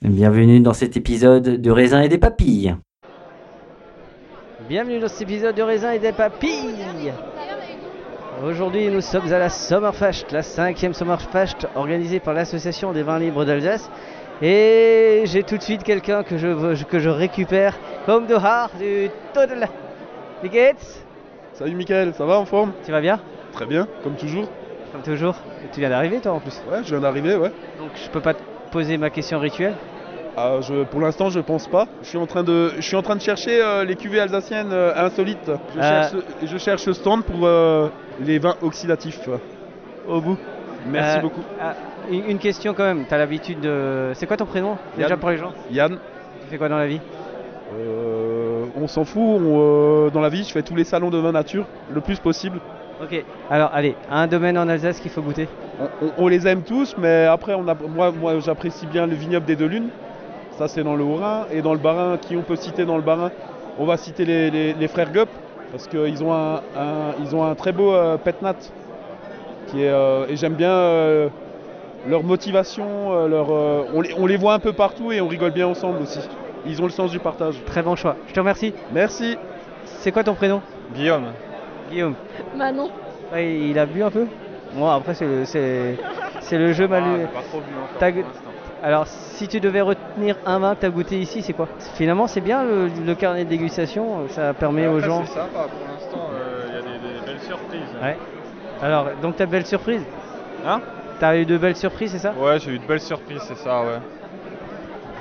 bienvenue dans cet épisode de Raisin et des papilles. Bienvenue dans cet épisode de Raisin et des papilles Aujourd'hui nous sommes à la Sommerfest, la cinquième Sommerfest organisée par l'association des vins libres d'Alsace. Et j'ai tout de suite quelqu'un que je, veux- que je récupère comme de hard du Todel. Wie geht's Salut Mickaël, ça va en forme Tu vas bien Très bien, comme toujours. Comme toujours Tu viens d'arriver toi en plus Ouais, je viens d'arriver, ouais. Donc je peux pas te poser ma question rituelle Ah, je, pour l'instant, je pense pas. Je suis en train de, je suis en train de chercher euh, les cuvées alsaciennes euh, insolites. Je, Euh. cherche, je cherche ce stand pour euh, les vins oxydatifs. euh, Au bout. Merci Euh, beaucoup. Ah, une une question quand même, t'as l'habitude de. C'est quoi ton prénom Yann. Déjà pour les gens Yann, Tu fais quoi dans la vie euh, on s'en fout. on, euh, dans la vie, je fais tous les salons de vin nature le plus possible. Ok, alors allez, un domaine en Alsace qu'il faut goûter. On, on- on les aime tous, mais après, on a, moi, moi j'apprécie bien le vignoble des Deux Lunes. Ça, c'est dans le Haut-Rhin. Et dans le Bas-Rhin, qui on peut citer dans le Bas-Rhin On va citer les, les- les frères Gup, parce qu'ils ont un, un- ils ont un très beau euh, petnat. Qui est, euh, et j'aime bien euh, leur motivation. euh, leur, euh, on, les, on les voit un peu partout et on rigole bien ensemble aussi. Ils ont le sens du partage. Très bon choix, je te remercie. Merci. C'est quoi ton prénom Guillaume. Guillaume. Manon. Ouais, il a bu un peu Bon, après, c'est le, c'est- c'est le jeu mal. T'as gu- Alors, si tu devais retenir un vin que t'as goûté ici, c'est quoi Finalement, c'est bien le, le carnet de dégustation, ça permet aux gens. sympa pour l'instant. euh, Il y a des, belles surprises. Ouais. Alors, donc, t'as de belles surprises Hein T'as eu de belles surprises, c'est ça Ouais, j'ai eu de belles surprises, c'est ça, ouais.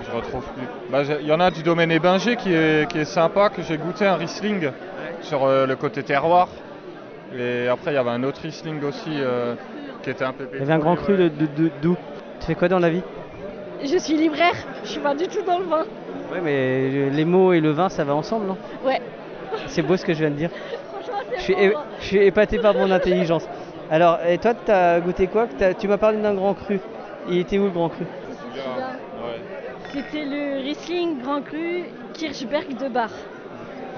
Je retrouve plus. Bah, j'ai- il y en a du domaine Ébinger qui est, qui est sympa, que j'ai goûté un Riesling sur euh, le côté terroir. Et après, il y avait un autre Riesling aussi euh, qui était un peu Il y avait un grand cru de, de, de- d'où Tu fais quoi dans la vie Je suis libraire, je suis pas du tout dans le vin. Oui, mais les mots et le vin, ça va ensemble, non Ouais. C'est beau ce que je viens de dire. Franchement, c'est Je suis, bon. é- je suis épaté par mon intelligence. Alors, et toi, t'as goûté quoi que t'as- Tu m'as parlé d'un grand cru. Il était où le grand cru C'était le Riesling Grand Cru Kirchberg de Bar.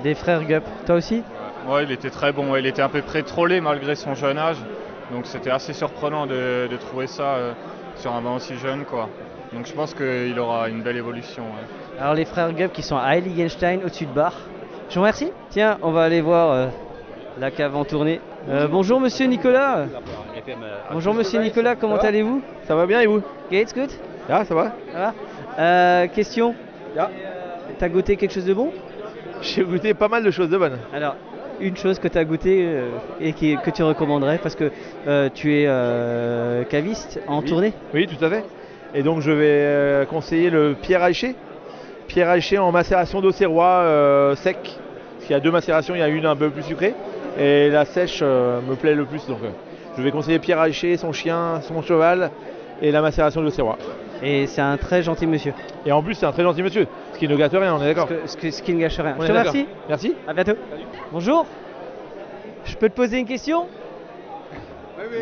Des frères Gup. Toi aussi Ouais, il était très bon, ouais, il était un peu pré-trollé malgré son jeune âge. Donc c'était assez surprenant de, de trouver ça euh, sur un vin aussi jeune, quoi. Donc je pense qu'il aura une belle évolution. ouais. Alors, les frères Gup qui sont à Heiligenstein, au-dessus de Bar. Je vous remercie. Tiens, on va aller voir euh, la cave en tournée. Euh, bonjour, monsieur Nicolas. Ah, Bonjour, monsieur Nicolas. Comment allez-vous Ça va bien et vous Gates, good Ah, ça va Ça va Euh, Question Ya. T'as goûté quelque chose de bon J'ai goûté pas mal de choses de bonnes. Alors, une chose que tu as goûté euh, et qui- que tu recommanderais, parce que euh, tu es euh, caviste en Oui. tournée, Oui, tout à fait. Et donc je vais euh, conseiller le Pierre Aiché. Pierre Aiché en macération d'Auxerrois euh, sec. Parce qu'il y a deux macérations, il y a une un peu plus sucrée. Et la sèche euh, me plaît le plus. Donc euh, je vais conseiller Pierre Aiché, son chien, son cheval et la macération d'Auxerrois. Et c'est un très gentil monsieur. Et en plus c'est un très gentil monsieur. Ce qui ne gâte rien, on est d'accord. Ce, que- ce qui ne gâche rien. On Je est te d'accord. remercie. Merci. À bientôt. Bonjour. Je peux te poser une question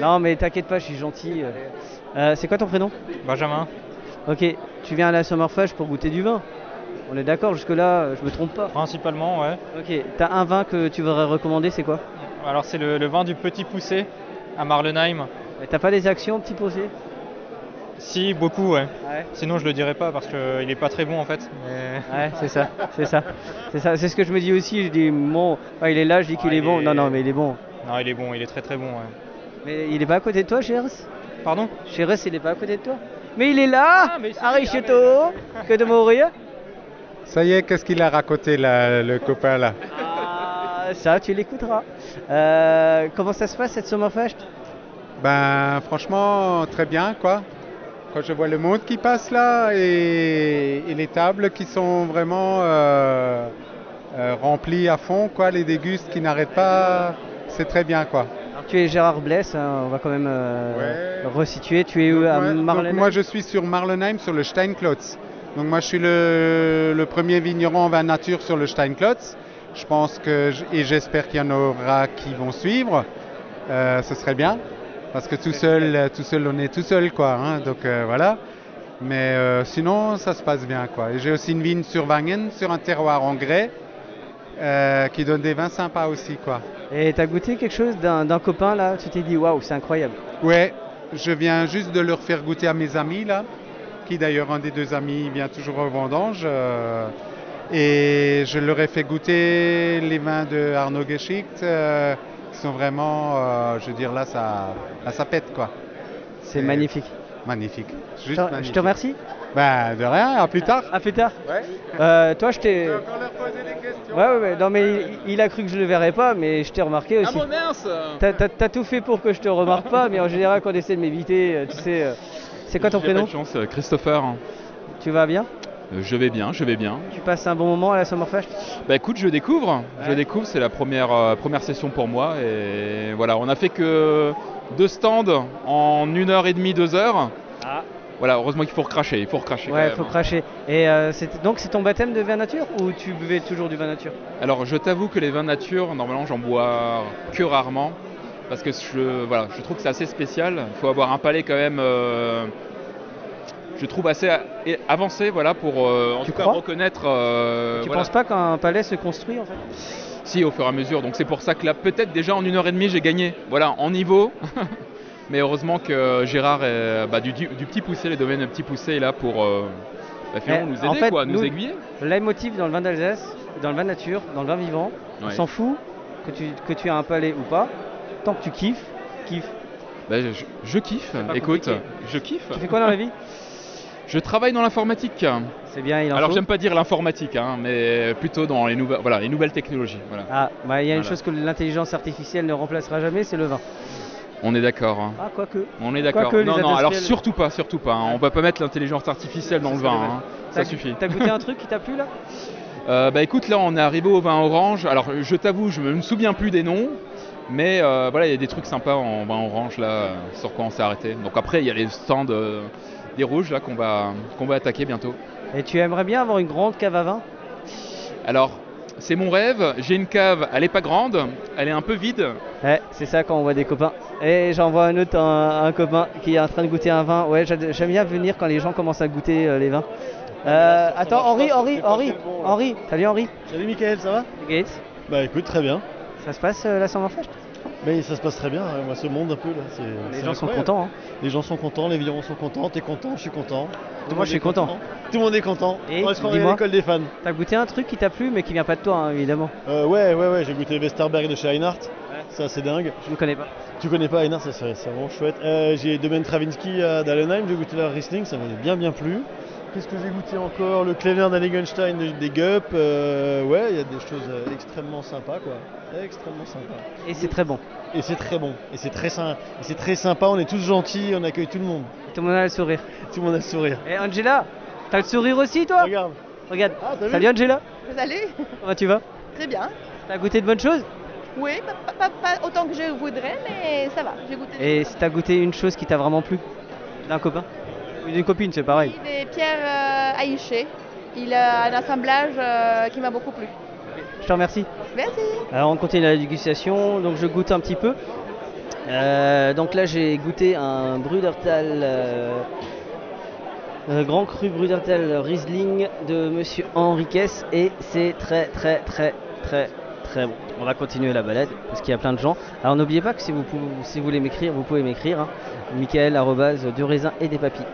Non, mais t'inquiète pas, je suis gentil. Euh, c'est quoi ton prénom Benjamin, Ok, tu viens à la Summerfest pour goûter du vin. On est d'accord, jusque-là, euh, je me trompe pas. principalement, ouais. Ok, t'as un vin que tu voudrais recommander, c'est quoi Alors c'est le, le vin du Petit Poussé à Marlenheim. Et T'as pas des actions, petit posé Si, beaucoup, ouais. Ouais. Sinon je le dirais pas parce qu'il est pas très bon en fait. mais- Ouais, c'est ça, c'est ça. C'est ça, Ah, c'est ce que je me dis aussi. Je dis, bon, ouais, il est là, je dis qu'il Ouais, est il bon. est- Non, non, mais il est bon. Non, il est bon, il est très très bon, ouais. Mais il est pas à côté de toi, Chérès Pardon Chérès, il est pas à côté de toi Mais il est là Ah, mais si, Aricheto ah, Que de mourir Ça y est, qu'est-ce qu'il a raconté là, le copain là Ah, Ça, tu l'écouteras. Euh, comment ça se passe cette Sommerfest Ben franchement, très bien quoi. Quand je vois le monde qui passe là et, et les tables qui sont vraiment euh, euh, remplies à fond quoi, les dégustes qui n'arrêtent pas, c'est très bien quoi. Alors, tu es Gérard Blesse, hein, on va quand même euh, resituer. Tu es où, à Ouais, donc Marlenheim moi je suis sur Marlenheim sur le Steinklotz. Donc moi je suis le, le premier vigneron en vin nature sur le Steinklotz. Je pense que j- et j'espère qu'il y en aura qui vont suivre. Euh, ce serait bien parce que tout seul, euh, tout seul on est tout seul quoi. hein. donc euh, voilà. Mais euh, sinon ça se passe bien quoi. Et J'ai aussi une vigne sur Wangen sur un terroir anglais euh, qui donne des vins sympas aussi quoi. Et t'as goûté quelque chose d'un d'un copain là Tu t'es dit, waouh, c'est incroyable. Ouais, je viens juste de leur faire goûter à mes amis là, qui d'ailleurs un des deux amis vient toujours au vendange. euh, et je leur ai fait goûter les vins de Arnaud Geschicht, euh, qui sont vraiment, euh, je veux dire là ça, là, ça pète quoi. C'est magnifique. Magnifique. Je Juste te- je magnifique. te remercie. Bah de rien, à plus tard. À plus tard. Ouais. Euh, toi, je t'ai. Ouais, questions. ouais, ouais. Non, mais il, il a cru que je le verrais pas, mais je t'ai remarqué aussi. Ah mince T'as- T'as t'as tout fait pour que je te remarque pas, mais en général, quand on essaie de m'éviter, euh, tu sais. euh, C'est quoi ton J'ai pas prénom de chance, euh, Christopher. Tu vas bien Euh, Je vais bien, je vais bien. Tu passes un bon moment à la Summerfest Bah écoute, je découvre, je découvre, c'est la première, euh, première session pour moi et voilà, on a fait que deux stands en une heure et demie, deux heures. Ah. Voilà, heureusement qu'il faut recracher, il faut recracher. quand Ouais, même, faut hein. cracher. Et euh, c'est- donc, c'est ton baptême de vin nature ou tu buvais toujours du vin nature Alors je t'avoue que les vins nature, normalement j'en bois que rarement parce que je, voilà, je trouve que c'est assez spécial. Il faut avoir un palais quand même, euh, je trouve assez a- et avancé, voilà, pour euh, en tout cas crois reconnaître. euh, Tu voilà. penses pas qu'un palais se construit en fait Si, au fur et à mesure. Donc c'est pour ça que là, peut-être déjà en une heure et demie, j'ai gagné. Voilà, en niveau. Mais heureusement que Gérard est, bah, du, du du petit poussé, les domaines petit poussé est là pour euh, bah, finalement, Eh, nous aider, en fait, quoi, nous, aiguiller. L'émotif dans le vin d'Alsace, dans le vin nature, dans le vin vivant, on Ouais. s'en fout que tu, que tu aies un palais ou pas, tant que tu kiffes, kiffe. Bah, je, je kiffe. pas Écoute, compliqué. je kiffe. Tu fais quoi dans la vie Je travaille dans l'informatique. C'est bien, il en Alors faut. j'aime pas dire l'informatique, hein, mais plutôt dans les nouvelles, voilà, les nouvelles technologies. Voilà. Ah, bah il y a une Voilà. chose que l'intelligence artificielle ne remplacera jamais, c'est le vin. On est d'accord. hein. Ah, quoique. On est Quoique, d'accord. les Non, non, alors industriels- surtout pas, surtout pas. hein. On va pas mettre l'intelligence artificielle dans le vin. hein. Ça T'as- suffit. T'as goûté un truc qui t'a plu là Euh, bah écoute, là on est arrivé au vin orange. Alors je t'avoue, je me me souviens plus des noms, mais euh, voilà, il y a des trucs sympas en vin orange là, euh, sur quoi on s'est arrêté. Donc après, il y a les stands euh, des rouges là qu'on va, qu'on va attaquer bientôt. Et tu aimerais bien avoir une grande cave à vin Alors c'est mon rêve. J'ai une cave, elle est pas grande, elle est un peu vide. Ouais, Eh, c'est ça quand on voit des copains. Et j'en vois un autre, un, un copain qui est en train de goûter un vin. Ouais, j'ad- j'aime bien venir quand les gens commencent à goûter euh, les vins. Ah, Euh, attends, Henri, Henri, Henri, Henri, salut Henri. Salut Mickaël, ça va Bah écoute, très bien. Ça se passe euh, la Summerfest Mais ça se passe très bien, hein. moi ce monde un peu là. c'est- Les c'est gens sont incroyable. contents, hein. Les gens sont contents, les vignerons sont contents, t'es content, je suis content. Tout le Moi, monde je suis est content. Tout le monde est content. Et On se croirait à dis-moi. l'école des fans. T'as goûté un truc qui t'a plu mais qui vient pas de toi hein, évidemment. Euh, ouais, ouais, ouais, j'ai goûté Westerberg de chez Reinhardt. C'est assez dingue. Je ne connais pas. Tu connais pas Einar, c'est c'est- c'est vraiment chouette. Euh, j'ai Domaine Travinsky à Dallenheim, j'ai goûté leur Riesling, ça m'avait bien bien plu. Qu'est-ce que j'ai goûté encore Le Cleveland Allegenstein des, des Gup. euh, ouais, il y a des choses euh, extrêmement sympas quoi. Extrêmement sympa. Et c'est très bon. Et c'est très bon. Et c'est très, sym- et c'est très sympa, on est tous gentils, on accueille tout le monde. Tout le monde a le sourire. Tout le monde a le sourire. Et Angela, t'as le sourire aussi toi Regarde. Regarde. t'as vu Salut Angela. Ah, Salut Comment tu vas Très bien. T'as goûté de bonnes choses Oui, pas, pas- pas- pas autant que je voudrais, mais ça va. J'ai goûté Et si t'as goûté une chose qui t'a vraiment plu D'un copain Ou d'une copine, c'est pareil. des pierres euh, haïchées. Il a un assemblage euh, qui m'a beaucoup plu. Je te remercie. Euh, Merci. Alors on continue la dégustation, donc je goûte un petit peu. Euh, donc là j'ai goûté un Brudertal, euh, un Euh, grand cru Brudertal Riesling de Monsieur Henriques et c'est très très très très très bon. On va continuer la balade parce qu'il y a plein de gens. Alors n'oubliez pas que si vous, pouvez- si vous voulez m'écrire, vous pouvez m'écrire. Hein, Michael arrobase, du raisin et des papilles.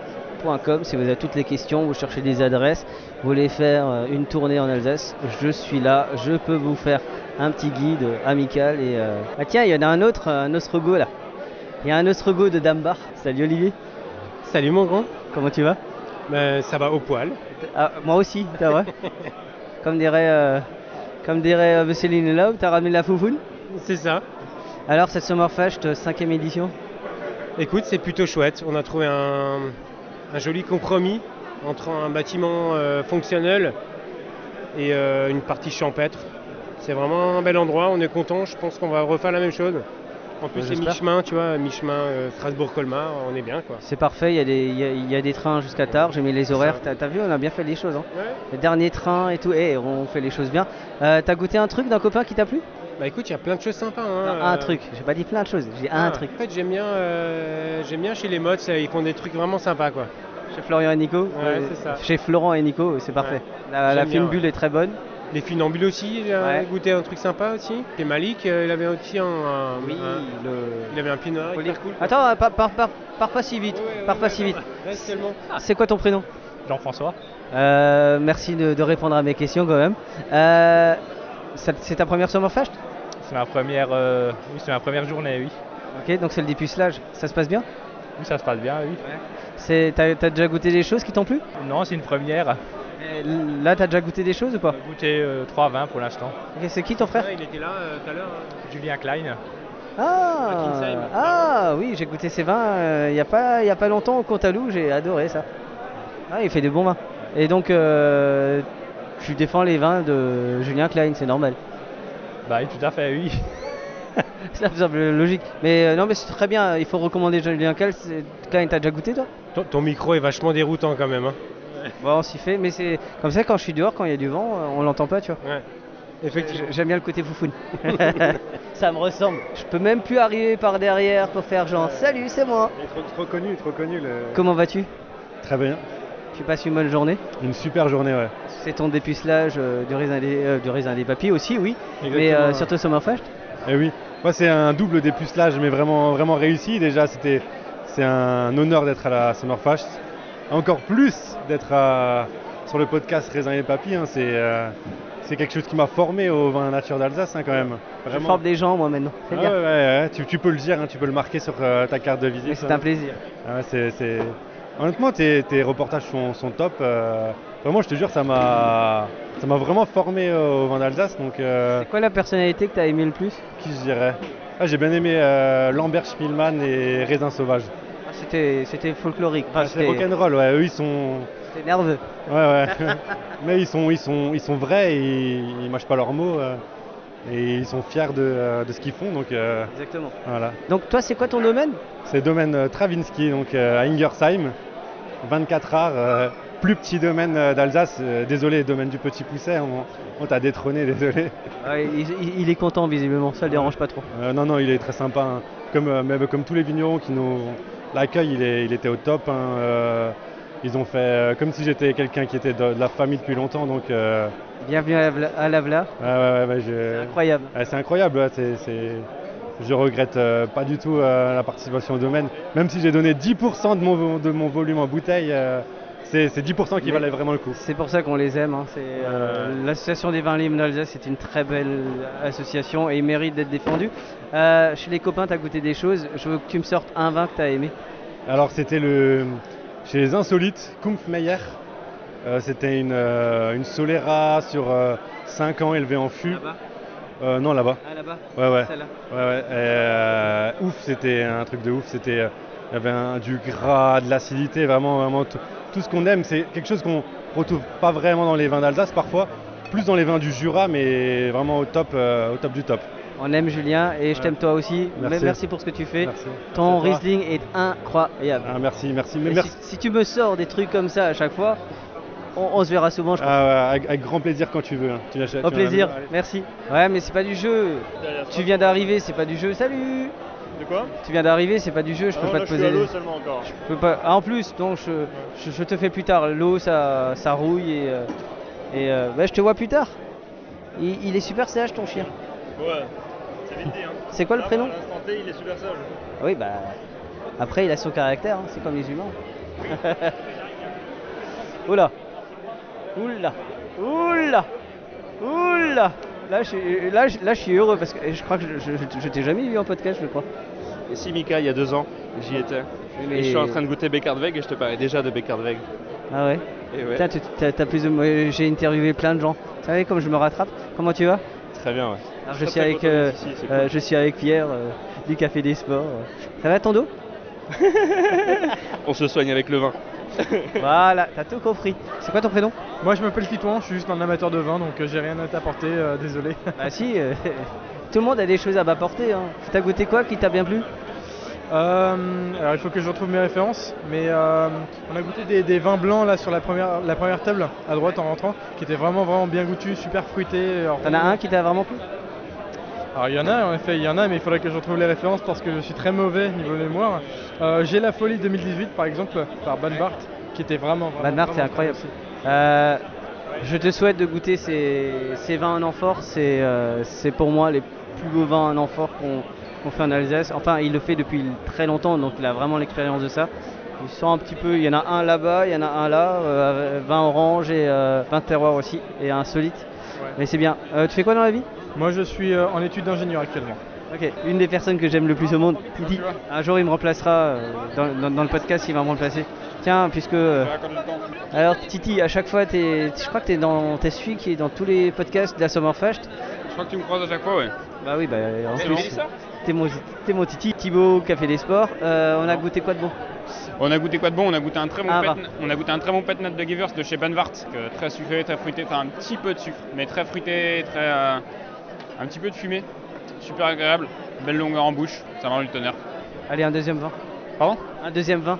Com, si vous avez toutes les questions, vous cherchez des adresses, vous voulez faire euh, une tournée en Alsace, je suis là, je peux vous faire un petit guide euh, amical et euh, ah tiens, il y en a un autre, un ostrogo là. Il y a un ostrogo de Dambar. Salut Olivier. Salut mon grand. Comment tu vas Ben, ça va au poil. moi aussi, t'as vrai. comme dirait euh, comme dirait euh, Céline Love, t'as ramené la foufoune C'est ça. Alors cette Summerfest 5 édition Écoute, c'est plutôt chouette. On a trouvé un, un joli compromis entre un bâtiment euh, fonctionnel et euh, une partie champêtre. C'est vraiment un bel endroit, on est content, je pense qu'on va refaire la même chose. En Ouais, plus, Bah, c'est j'espère. mi-chemin, tu vois, mi-chemin euh, Strasbourg-Colmar, on est bien quoi. C'est parfait, il y, a des- il y a- il y a des trains jusqu'à tard, j'ai mis les horaires, t'as t'as vu, on a bien fait les choses. hein. Le dernier train et tout, et on fait les choses bien. Euh, t'as goûté un truc d'un copain qui t'a plu Bah écoute, il y a plein de choses sympas. hein, Non, Un euh, truc, j'ai pas dit plein de choses, j'ai un ah, truc. En fait, j'aime bien, euh, j'aime bien chez les mods, ça, ils font des trucs vraiment sympas quoi. Chez Florian et Nico Ouais, euh, c'est ça. Chez Florent et Nico, c'est parfait. La, la J'aime bien, fine bulle est très bonne. Les funambules aussi, j'ai Ouais. goûté un truc sympa aussi. Et Malik, euh, il avait aussi un, un- un- il avait un pinot hyper cool. Attends, euh, par, par, par- pars pas si vite, pars pas si vite. Reste seulement. C'est quoi ton prénom Jean-François. Euh, Merci de, de répondre à mes questions quand même. Euh, ça- c'est ta première Summerfest C'est ma première, euh, oui, c'est ma première journée, oui. Ok, donc c'est le dépucelage, ça se passe bien Oui, ça se passe bien, oui. C'est- T'as t'as déjà goûté des choses qui t'ont plu Non, c'est une première. Là, t'as déjà goûté des choses ou pas J'ai goûté euh, 3 vins pour l'instant. Ok, c'est qui ton frère il était là euh, tout à l'heure. hein. Julien Klein. Ah, Kinsheim. ah oui, j'ai goûté ces vins euh, il n'y a, pas- il y a pas longtemps au Cantalou, j'ai adoré ça. Ah, il fait des bons vins. Et donc, euh, tu défends les vins de Julien Klein, c'est normal. Bah oui, tout à fait, oui. Ça me semble logique. Mais euh, non, mais c'est très bien, il faut recommander Julien Klein. c'est- Klein, t'as déjà goûté toi Ton, ton micro est vachement déroutant quand même. hein. Bon, on s'y fait, mais c'est comme ça quand je suis dehors, quand il y a du vent, euh, on l'entend pas, tu vois. Effectivement. J'aime bien le côté foufoune. ça me ressemble. Je peux même plus arriver par derrière pour faire genre salut, c'est moi. Trop, connu, trop connu. Comment vas-tu Très bien. Tu passes une bonne journée Une super journée, ouais. C'est ton dépucelage euh, du, raisin des, euh, du raisin des papilles aussi, oui. Mais Exactement, euh, ouais. surtout Summerfest. Eh oui, moi c'est un double dépucelage, mais vraiment, vraiment réussi. Déjà, c'était, c'est un honneur d'être à la Summerfest. Encore plus d'être à- sur le podcast Raisin et Papy. hein. C'est, euh, c'est quelque chose qui m'a formé au vin nature d'Alsace, hein, quand même. Je forme des gens, moi, maintenant. C'est Ah bien. ouais, ouais, ouais. Tu, tu peux le dire, hein, tu peux le marquer sur euh, ta carte de visite. c'est un plaisir. Ah ouais, c'est- c'est- Honnêtement, tes, tes reportages sont, sont top. euh, Vraiment, je te jure, ça m'a, ça m'a vraiment formé euh, au vin d'Alsace. Donc, euh, C'est quoi la personnalité que tu as aimé le plus Qui je dirais Ah, J'ai bien aimé euh, Lambert Spielmann et Raisin Sauvage. Ah, C'était c'était folklorique. Ah, Enfin, c'est c'était- rock'n'roll, ouais. Eux, ils sont. C'était nerveux. Ouais, ouais. Mais ils sont, ils sont, ils sont vrais. et Ils, ils mâchent pas leurs mots. euh, Et ils sont fiers de, euh, de ce qu'ils font. Donc. euh, Exactement. Voilà. Donc toi, c'est quoi ton domaine C'est le domaine euh, Travinsky, donc euh, à Ingersheim, 24 arts, euh, plus petit domaine euh, d'Alsace. euh, désolé, domaine du Petit Pousset, on, on t'a détrôné, désolé. Ouais, Ah, il, il- il est content visiblement, ça le dérange pas trop. Euh, non, non, il est très sympa. hein. Comme, euh, même comme tous les vignerons qui nous. L'accueil, il, est- il était au top. hein, euh, ils ont fait euh, comme si j'étais quelqu'un qui était de, de la famille depuis longtemps, donc. euh, Bienvenue à la- à l'Avla. Ouais, ouais, ouais, ouais, je- C'est incroyable. Ouais, c'est incroyable. ouais, c'est- c'est- Je regrette euh, pas du tout euh, la participation au domaine. Même si j'ai donné 10% de mon, vo- de mon volume en bouteille, euh, c'est c'est 10% qui Mais valait vraiment le coup. C'est pour ça qu'on les aime. hein. C'est, euh, L'association des vins libres d'Alsace est une très belle association et mérite d'être défendue. Euh, chez les copains, tu as goûté des choses. Je veux que tu me sortes un vin que tu as aimé. Alors c'était le chez les insolites, Kumpfmeyer. Euh, c'était une, euh, une Solera sur 5 ans élevée en fût. Euh, non là-bas. Ah, là-bas Ouais ouais. Celle-là. Ouais, ouais. Et, euh, ouf, c'était un truc de ouf. C'était euh, il y avait un- du gras, de l'acidité, vraiment vraiment tout, tout ce qu'on aime. C'est quelque chose qu'on retrouve pas vraiment dans les vins d'Alsace parfois, plus dans les vins du Jura, mais vraiment au top euh, au top du top. On aime Julien et je Ouais. t'aime toi aussi. Merci. Mais merci pour ce que tu fais. Merci. Ton Merci à toi. Riesling est incroyable. Ah, merci, merci. mais Et merci. Si, si tu me sors des trucs comme ça à chaque fois, on, on se verra souvent. Je pense. Ah ouais, avec, avec grand plaisir quand tu veux. hein. Tu l'achètes. Au tu plaisir, l'amènes. merci. Ouais, mais c'est pas du jeu. Tu viens d'arriver, c'est pas du jeu. Salut De quoi Tu viens d'arriver, c'est pas du jeu, je Ah peux non, pas là, te je suis à poser. l'eau des- seulement encore. Je peux pas. Ah, en plus, donc je, je, je te fais plus tard. L'eau, ça, ça rouille et, euh, et euh, bah, je te vois plus tard. Il, il est super sage ton chien. Ouais, c'est vite dit. Hein. C'est quoi le Là, prénom À l'instant T, il est super sage. Ah Oui, bah après il a son caractère, hein, c'est comme les humains. Oula, oula, oula, oula. Là, je, suis- là, je, là, je suis heureux parce que je crois que je, je- je- je t'ai jamais vu en podcast, je crois. Et si Mika, il y a deux ans, j'y étais. mais- Et je suis en train de goûter Becardweg et je te parlais déjà de Becardweg. Ah ouais. Et ouais. Putain, tu- t'as- t'as plus de- moi, j'ai interviewé plein de gens. Tu savez comme je me rattrape Comment tu vas Très bien, ouais. Alors, Très, je, suis très avec, content euh, d'être ici, c'est euh, cool. je suis avec Pierre euh, du Café des Sports. euh. Ça va ton dos On se soigne avec le vin. Voilà, t'as tout compris. C'est quoi ton prénom Moi je m'appelle Titouan, je suis juste un amateur de vin donc euh, j'ai rien à t'apporter, euh, désolé. Bah si, euh, tout le monde a des choses à m'apporter. Hein. T'as goûté quoi qui t'a bien plu Euh, alors il faut que je retrouve mes références, mais euh, on a goûté des, des vins blancs là sur la première, la première table à droite en rentrant, qui étaient vraiment vraiment bien goûtus, super fruités. euh, alors- T'en as un qui t'a vraiment plu Alors il y en a en effet, il y en a, mais il faudrait que je retrouve les références parce que je suis très mauvais niveau mémoire. Euh, J'ai la folie 2018 par exemple par Van Bart, qui était vraiment. vraiment, Van Aert, c'est vraiment incroyable. très bon. Euh, je te souhaite de goûter ces, ces vins en amphore. C'est euh, c'est pour moi les plus beaux vins en amphore qu'on qu'on fait en Alsace. Enfin, il le fait depuis très longtemps, donc il a vraiment l'expérience de ça. Il sent un petit peu, il y en a un là-bas, il y en a un là, euh, vin orange et euh, vin de terroir aussi, et un solide. Ouais. Mais c'est bien. Euh, tu fais quoi dans la vie Moi je suis euh, en études d'ingénieur actuellement. Ah, Ok, une des personnes que j'aime le plus au monde, il dit, un jour il me remplacera euh, dans, dans- dans le podcast, il va me remplacer. Tiens, puisque... euh, alors Titi, à chaque fois, t'es- je crois que t'es dans, t'es celui qui est dans tous les podcasts de la Summerfest. Je crois que tu me croises à chaque fois, ouais. Bah oui, bah en C'est plus, lui, ça t'es mon, t'es mon Titi, Thibaut, Café des Sports. Euh, on a goûté quoi de bon On a goûté quoi de bon On a goûté un très bon Ah, pet- bah. on a goûté un très bon pet nat de Givers de chez Banvart, que très sucré, très fruité, enfin un petit peu de sucre, mais très fruité, très euh, un petit peu de fumée, super agréable, belle longueur en bouche, ça marche du tonnerre. Allez, un deuxième vin. Pardon Un deuxième vin.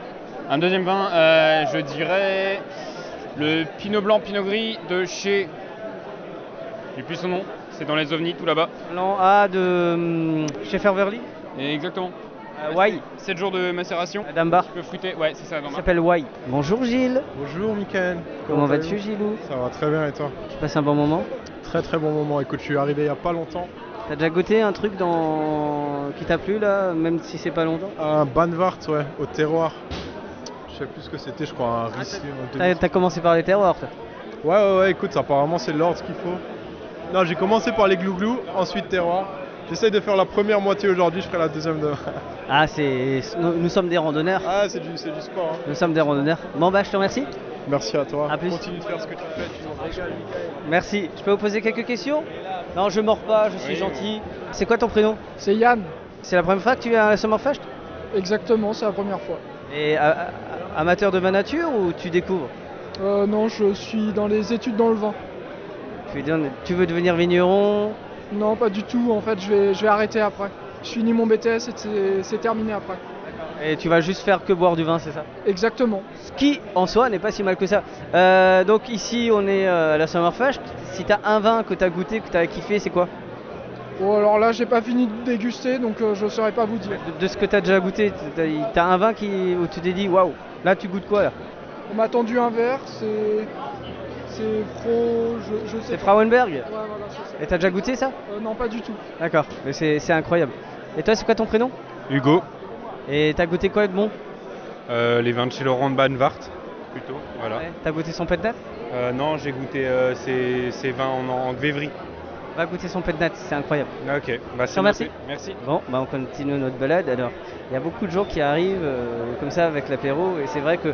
Un deuxième vin, euh, je dirais le Pinot blanc Pinot gris de chez, j'ai plus son nom, c'est dans les ovnis tout là-bas. Blanc A ah, de hum, chez Ferverly. Euh, Et exactement. Wai. 7 jours de macération. Adam Bar. Un peu fruité, ouais, c'est ça. Il s'appelle Wai. Bonjour Gilles. Bonjour Mickaël. Comment vas-tu, Gilou Ça va très bien et toi Tu passes un bon moment Très très bon moment. Écoute, je suis arrivé il n'y a pas longtemps. T'as déjà goûté un truc dans... qui t'a plu là, même si c'est pas longtemps Un Banvart, ouais, au terroir. Je sais plus ce que c'était, je crois, un Riesling en T'as 2000. t'as commencé par les terroirs toi. Ouais, ouais, ouais, écoute, apparemment c'est l'ordre qu'il faut. Non, j'ai commencé par les glouglous, ensuite terroir. J'essaye de faire la première moitié aujourd'hui, je ferai la deuxième demain. Ah, c'est. Nous, nous sommes des randonneurs. Ah, c'est du, c'est du sport. hein. Nous sommes des randonneurs. Bon, bah, je te remercie. Merci à toi. A plus. Continue de faire ce que tu fais, tu nous régales, Mickaël. Merci. Je peux vous poser quelques questions Non, je mords pas, je suis Oui. gentil. C'est quoi ton prénom C'est Yann. C'est la première fois que tu es à la Summerfest Exactement, c'est la première fois. Et euh, amateur de ma nature ou tu découvres Euh, non, je suis dans les études dans le vin. tu, es dans- tu veux devenir vigneron Non, pas du tout. En fait, je vais, je vais arrêter après. Je finis mon BTS et c'est- c'est terminé après. et tu vas juste faire que boire du vin, c'est ça Exactement. Ce qui, en soi, n'est pas si mal que ça. Euh, donc, ici, on est euh, à la Summerfest. Si t'as un vin que t'as goûté, que t'as kiffé, c'est quoi Bon, alors là, j'ai pas fini de déguster, donc euh, je saurais pas vous dire. de, de ce que t'as déjà goûté T'as t'as un vin qui, où tu t'es dit, waouh, là, tu goûtes quoi là On m'a tendu un verre, c'est. C'est Fro. Je, je sais C'est pas. Frauenberg Ouais, voilà, c'est ça. Et t'as déjà goûté ça Euh, Non, pas du tout. D'accord, mais c'est c'est incroyable. Et toi, c'est quoi ton prénom Hugo. Et t'as goûté quoi de bon Euh, les vins de chez Laurent de Banvart, plutôt. Voilà. T'as goûté son pet nat Euh, non, j'ai goûté euh, ces, ces vins en, en gvévry. Va goûter son pet nat, c'est incroyable. Ok, bah, Je te sinon, remercie. c'est- Merci. Bon, bah on continue notre balade. Alors, il y a beaucoup de gens qui arrivent euh, comme ça avec l'apéro, et c'est vrai que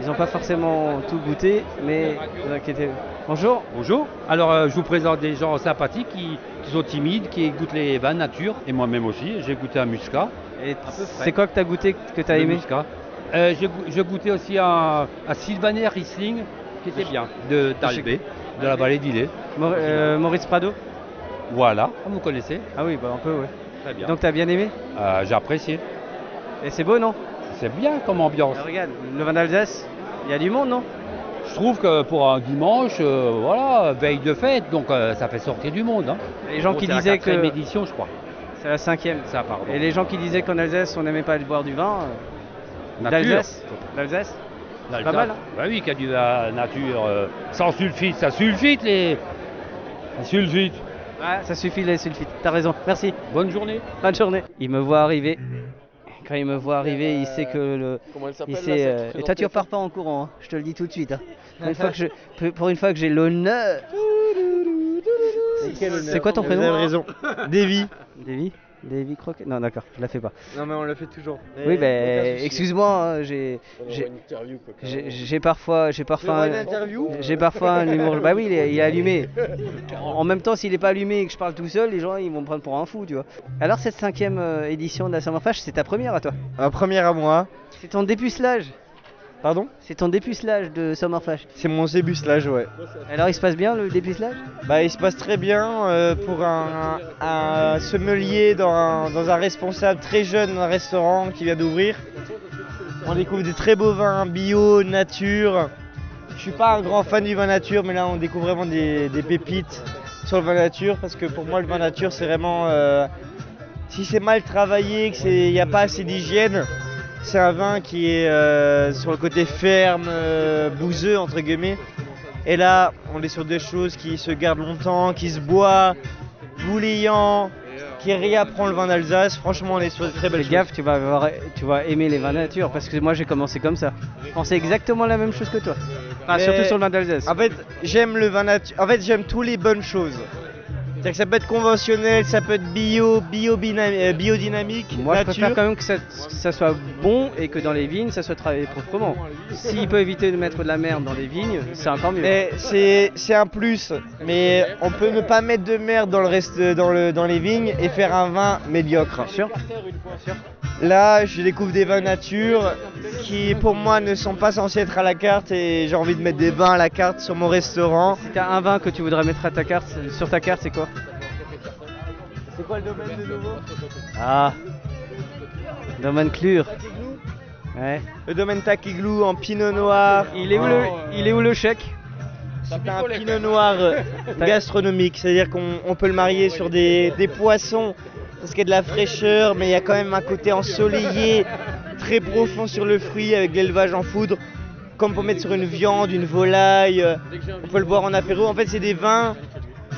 ils n'ont pas forcément tout goûté, mais vous inquiétez. Bonjour. Bonjour. Alors, euh, je vous présente des gens sympathiques qui, qui sont timides, qui goûtent les vins nature. Et moi-même aussi, j'ai goûté un muscat. Et C'est quoi que t'as goûté que t'as aimé muscat. Euh, j'ai go- j'ai goûté aussi un, un Sylvaner Riesling qui était bien, de euh, Talbé, de la vallée d'Ille. Maurice Prado Voilà, Ah, vous connaissez Ah oui, bah un peu, ouais. Très bien. Donc t'as bien aimé Euh, j'ai apprécié. Et c'est beau, non C'est bien comme ambiance. regarde, le vin d'Alsace, il y a du monde, non Je trouve que pour un dimanche, euh, voilà, veille de fête, donc euh, ça fait sortir du monde. hein. Les gens Bon, qui c'est la disaient quatrième que- édition, je crois. C'est la cinquième. Ça, pardon. Et les gens qui disaient qu'en Alsace, on n'aimait pas boire du vin. euh, Nature. D'Alsace D'Alsace L'Alsace. Pas mal, hein Bah oui, qui a du vin nature euh, sans sulfite, ça sulfite les. Ça sulfite. Ouais, ça suffit les sulfites, t'as raison, merci. Bonne journée. Bonne journée. Il me voit arriver. Quand il me voit arriver, il sait que le. comment elle s'appelle, il là, sait, celle qui euh, Et présente toi, tu les repars pas en courant, hein, je te le dis tout de suite. hein. Pour une fois que je- pour une fois que j'ai l'honneur. C'est quoi ton prénom Vous avez raison. Davy. Davy Davy Croquet Non, d'accord, je la fais pas. Non, mais on le fait toujours. Oui, ben, excuse-moi, hein, j'ai, On j'ai, aura une interview, quoi, quand j'ai, même. j'ai parfois, j'ai parfois, aura une interview j'ai parfois un humour. Bah oui, il est, il est allumé. En en même temps, s'il est pas allumé et que je parle tout seul, les gens ils vont me prendre pour un fou, tu vois. Alors cette cinquième euh, édition de la Summerfash, c'est ta première à toi Ma Euh, première à moi. C'est ton dépucelage. Pardon C'est ton dépucelage de Summerfash. C'est mon dépucelage, ouais. Alors il se passe bien le dépucelage Bah, il se passe très bien euh, pour un, un sommelier dans un, dans un responsable très jeune d'un restaurant qui vient d'ouvrir. On découvre des très beaux vins bio, nature. Je suis pas un grand fan du vin nature, mais là on découvre vraiment des, des pépites sur le vin nature parce que pour moi le vin nature c'est vraiment euh, si c'est mal travaillé, qu'il n'y a pas assez d'hygiène, c'est un vin qui est euh, sur le côté ferme, euh, bouseux entre guillemets. Et là, on est sur des choses qui se gardent longtemps, qui se boit, bouillant, qui réapprend le vin d'Alsace. Franchement, on est sur de très belles Fais choses. gaffe, tu vas, avoir- tu vas aimer les vins nature parce que moi j'ai commencé comme ça. Je pensais exactement la même chose que toi. Enfin, Mais- surtout sur le vin d'Alsace. En fait, j'aime le vin nature. En fait, j'aime tous les bonnes choses. C'est-à-dire que ça peut être conventionnel, ça peut être bio, bio euh, biodynamique, Moi, nature. je préfère quand même que ça, ça soit bon et que dans les vignes, ça soit travaillé proprement. S'il peut éviter de mettre de la merde dans les vignes, c'est encore mieux. Mais c'est c'est un plus. Mais on peut ne pas mettre de merde dans le reste, dans le dans les vignes et faire un vin médiocre. Là, je découvre des vins nature qui, pour moi, ne sont pas censés être à la carte et j'ai envie de mettre des vins à la carte sur mon restaurant. Si t'as un vin que tu voudrais mettre à ta carte, sur ta carte, c'est quoi C'est quoi le domaine de nouveau Ah, nomenclure. Ouais. Le domaine Takiglou en Pinot Noir. Il est où le- il est où le chèque C'est un Pinot Noir euh, gastronomique, c'est-à-dire qu'on on peut le marier sur des, des poissons parce qu'il y a de la fraîcheur, mais il y a quand même un côté ensoleillé, très profond sur le fruit avec l'élevage en foudre, comme pour mettre sur une viande, une volaille. euh, On peut le boire en apéro. En fait, c'est des vins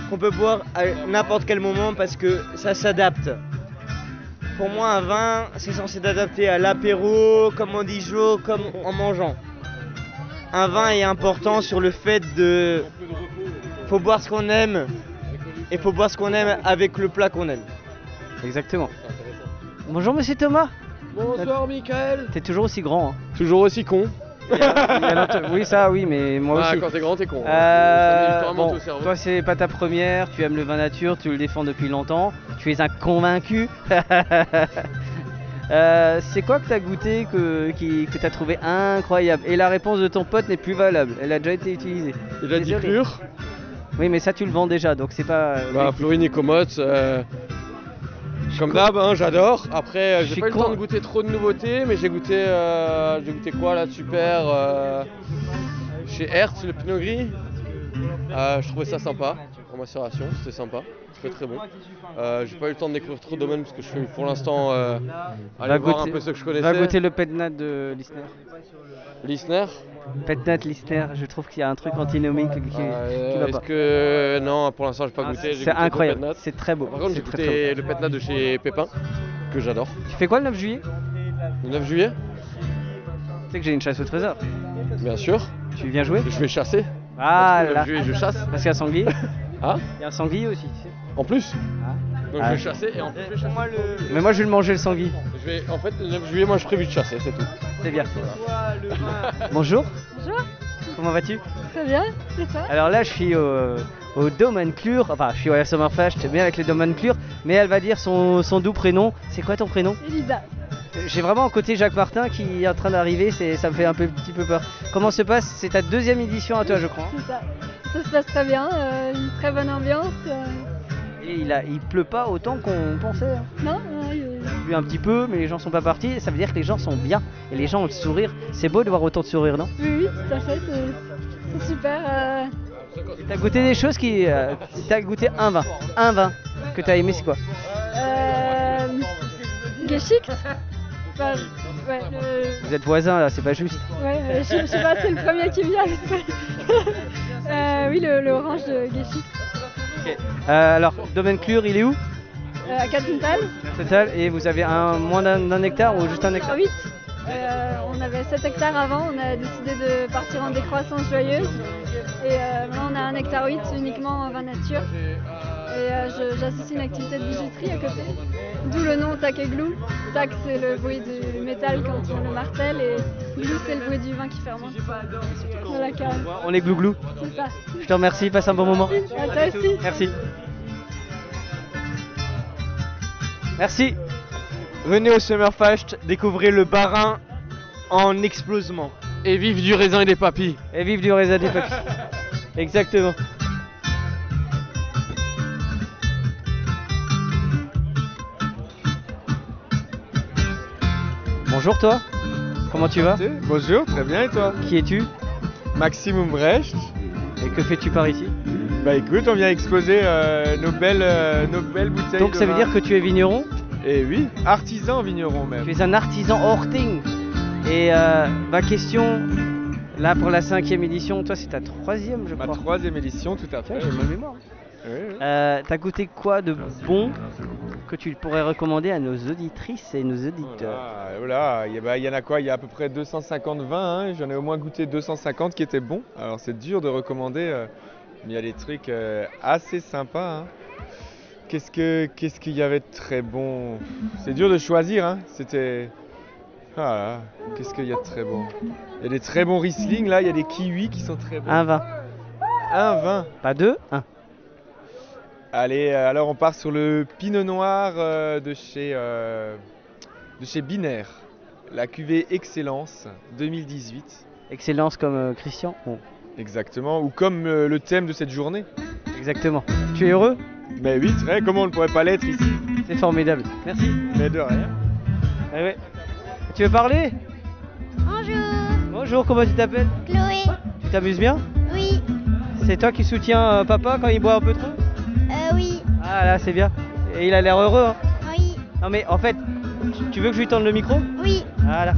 qu'on peut boire à n'importe quel moment parce que ça s'adapte. Pour moi, un vin, c'est censé s'adapter à l'apéro, comme on dit chaud, comme en mangeant. Un vin est important sur le fait de. Faut boire ce qu'on aime et faut boire ce qu'on aime avec le plat qu'on aime. Exactement. Bonjour, monsieur Thomas. Bonsoir, Michael. T'es toujours aussi grand. hein. Toujours aussi con. oui, ça, oui, mais moi Ah, aussi. quand t'es grand, t'es con, hein. Euh, Ça met littéralement bon, au cerveau. toi, c'est pas ta première. Tu aimes le vin nature, tu le défends depuis longtemps. Tu es un convaincu. Euh, c'est quoi que t'as goûté que, qui, que t'as trouvé incroyable Et la réponse de ton pote n'est plus valable. Elle a déjà été utilisée. Il a dit clure. Oui, mais ça, tu le vends déjà, donc c'est pas. Bah, Florine et Comotte, euh, comme d'hab, hein, j'adore. Après, euh, Je suis j'ai pas eu le con. temps de goûter trop de nouveautés, mais j'ai goûté, euh, j'ai goûté quoi là de Super euh, Chez Hertz, le Pinot Gris. Euh, je trouvais ça sympa en macération, c'était sympa, c'était très bon. Euh, j'ai pas eu le temps de découvrir trop de domaines parce que je suis pour l'instant euh, allé Va voir goûter- un peu ce que je Va connaissais. goûter le petnat de Lissner. Lisner Petnat Lissner, je trouve qu'il y a un truc antinomique qui, Ah, qui Euh, va Est-ce pas. que non, pour l'instant j'ai pas Ah, goûté. j'ai c'est goûté que le incroyable, Petnat. c'est très beau, Par contre, j'ai c'est très, goûté le petnat de chez Pépin que j'adore. Tu fais quoi le 9 juillet Le 9 juillet Tu sais que j'ai une chasse au trésor. Bien sûr. Tu viens jouer Je vais chasser. Ah Parce que là Je, je chasse. Parce qu'il y a sanglier Hein Il y a un sanglier aussi. tu sais. En plus Donc Ah. je vais chasser et en plus je vais chasser. Mais moi je vais le manger le sanglier. Je vais- en fait, le 9 juillet, moi je prévu de chasser, c'est tout. C'est bien. Bonjour, Bonjour, comment vas-tu très bien, c'est ça Alors là, je suis au, au Domanclure, enfin, je suis à la Sommerfest, mais avec le Domanclure, mais elle va dire son, son doux prénom. C'est quoi ton prénom Elisa, J'ai vraiment un côté Jacques Martin qui est en train d'arriver, c'est- ça me fait un peu- petit peu peur. Comment se passe C'est ta deuxième édition à toi, je crois. c'est ça. Ça se passe très bien, euh, une très bonne ambiance. euh, Et il, a, il pleut pas autant qu'on pensait. hein. non, euh, non, il- Il pleut un petit peu, mais les gens sont pas partis, et ça veut dire que les gens sont bien, et les gens ont le sourire. C'est beau de voir autant de sourire, non oui, oui, tout à fait, c'est c'est super. euh, T'as goûté des choses qui... euh, T'as goûté un vin, un vin que t'as aimé, c'est quoi euh, Geschick Enfin, ouais, le- Vous êtes voisins là, c'est pas juste. Ouais, euh, je, je sais pas, c'est le premier qui me vient à l'esprit. Euh, oui, le, le orange de Geschick Euh, alors, Domaine Clure, il est où euh, à 4 quintales. Total, et vous avez un moins d'un d'un hectare ou juste un hectare 8. Euh, on avait 7 hectares avant, on a décidé de partir en décroissance joyeuse. Et euh, maintenant, on a 1 hectare 8 uniquement en vin nature. Et euh, je- j'associe une activité de bijouterie à côté. D'où le nom Tac et Glou. Tac, c'est le bruit du métal quand on le martèle. Et Glou, c'est le bruit du vin qui fermente dans la cave. On est glouglou. C'est ça. Je te remercie, passe un bon moment. Merci, à toi aussi. Merci. Merci. Venez au Summerfest, découvrez le barin en explosement. Et vive du raisin et des papilles. Et vive du raisin des papilles. Exactement. Bonjour toi, comment tu vas Bonjour, très bien et toi Qui es-tu Maxime Umbrecht. Et que fais-tu par ici Bah écoute, on vient exposer euh, nos, belles, euh, nos belles bouteilles. Donc de ça veut vin. dire que tu es vigneron Eh oui, artisan vigneron même. Tu es un artisan horting. Et euh, ma question, là pour la cinquième édition, toi c'est ta troisième je Ma crois. troisième édition, tout à fait. J'ai ma mémoire. Oui, oui. Euh, T'as goûté quoi de bon que tu pourrais recommander à nos auditrices et nos auditeurs Ah, voilà, il y, a- bah, il y en a quoi Il y a à peu près 250 vins. hein. J'en ai au moins goûté 250 qui étaient bons. Alors c'est dur de recommander, euh, mais il y a des trucs euh, assez sympas. hein. Qu'est-ce que qu'est-ce qu'il y avait de très bon C'est dur de choisir. hein. C'était ah, là, qu'est-ce qu'il y a de très bon Il y a des très bons Riesling là. Il y a des kiwis qui sont très bons. Un vin. Un vin. Pas deux, un. Allez, euh, alors on part sur le Pinot Noir euh, de chez euh, de chez Binaire, la cuvée Excellence 2018. Excellence comme euh, Christian Bon. Exactement, ou comme euh, le thème de cette journée. Exactement. Tu es heureux Mais oui, très. Comment on ne pourrait pas l'être ici C'est formidable. Merci. Mais de rien. Eh ouais. Tu veux parler Bonjour, Bonjour, comment tu t'appelles Chloé. Tu t'amuses bien Oui, C'est toi qui soutiens euh, papa quand il boit un peu trop euh, oui, Ah là, c'est bien. Et il a l'air heureux. hein. oui, Non mais en fait, tu- tu veux que je lui tende le micro oui. Voilà.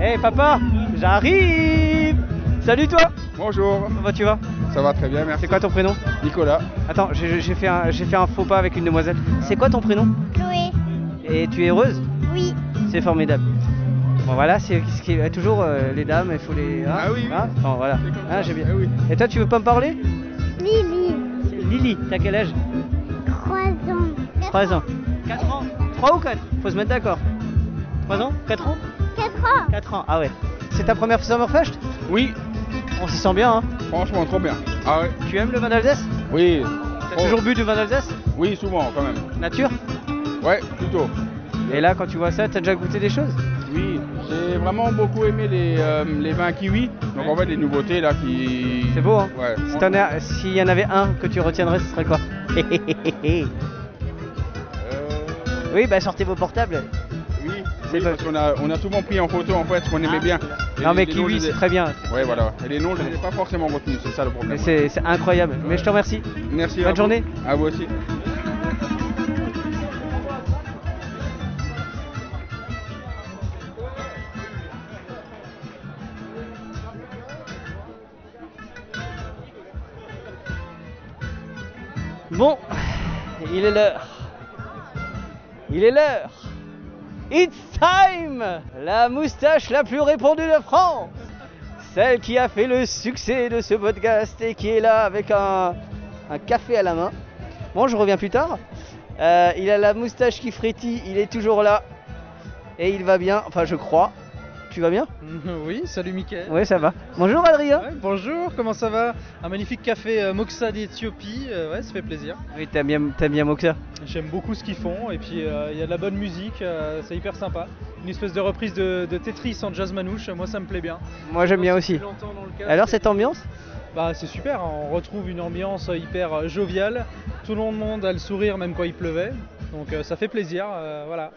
Hé papa, j'arrive Salut toi Bonjour Comment tu vas Ça va très bien, merci. C'est quoi ton prénom Nicolas. Attends, j'ai j'ai fait, un- j'ai fait un faux pas avec une demoiselle. C'est quoi ton prénom Chloé, Et tu es heureuse oui, C'est formidable. Bon voilà, c'est ce qui est toujours euh, les dames, il faut les. hein, Ah oui, oui. hein Bon, voilà. Hein, j'ai bien. Ah Et toi, tu veux pas me parler Lily, Lily, t'as quel âge 3 ans. 3 ans. 4 ans 3 ou 4 Faut se mettre d'accord. 3 ans 4 ans 4 ans. 4 ans, ah ouais. C'est ta première Summerfest Oui. On s'y sent bien, hein Franchement, trop bien. Ah ouais Tu aimes le vin d'Alsace Oui. T'as toujours bu du vin d'Alsace Oui, souvent quand même. Nature Ouais, plutôt. Et là, quand tu vois ça, t'as déjà goûté des choses Oui, j'ai vraiment beaucoup aimé les, euh, les vins kiwi. Donc en fait, les nouveautés là qui. C'est beau, hein Ouais. Si t'en as- S'il y en avait un que tu retiendrais, ce serait quoi Euh. Oui, bah sortez vos portables. Oui, oui, parce qu'on a, on a souvent pris en photo en fait ce qu'on aimait bien. Ah. Non, mais kiwi, c'est très bien. Ouais, voilà. Et les noms, je les ai pas forcément retenus, c'est ça le Mais problème. C'est c'est incroyable. Mais je te remercie. Merci. à Bonne vous. journée. À vous aussi. Bon, il est l'heure. Il est l'heure. It's time La moustache la plus répandue de France Celle qui a fait le succès de ce podcast et qui est là avec un, un café à la main. Bon, je reviens plus tard. Euh, il a la moustache qui frétille, il est toujours là. Et il va bien, enfin je crois. Tu vas bien Oui, salut Mickaël. Oui, ça va. Bonjour Adrien. Ouais, bonjour, comment ça va Un magnifique café euh, Moxa d'Éthiopie, euh, ouais, ça fait plaisir. Oui, t'aimes bien, t'aimes bien Moxa J'aime beaucoup ce qu'ils font et puis euh, il y a de la bonne musique, euh, c'est hyper sympa. Une espèce de reprise de, de Tetris en jazz manouche, moi ça me plaît bien. Moi j'aime bien aussi. Alors cette ambiance Bah c'est super, hein, on retrouve une ambiance hyper euh, joviale, tout le monde a le sourire même quand il pleuvait, donc euh, ça fait plaisir, euh, voilà.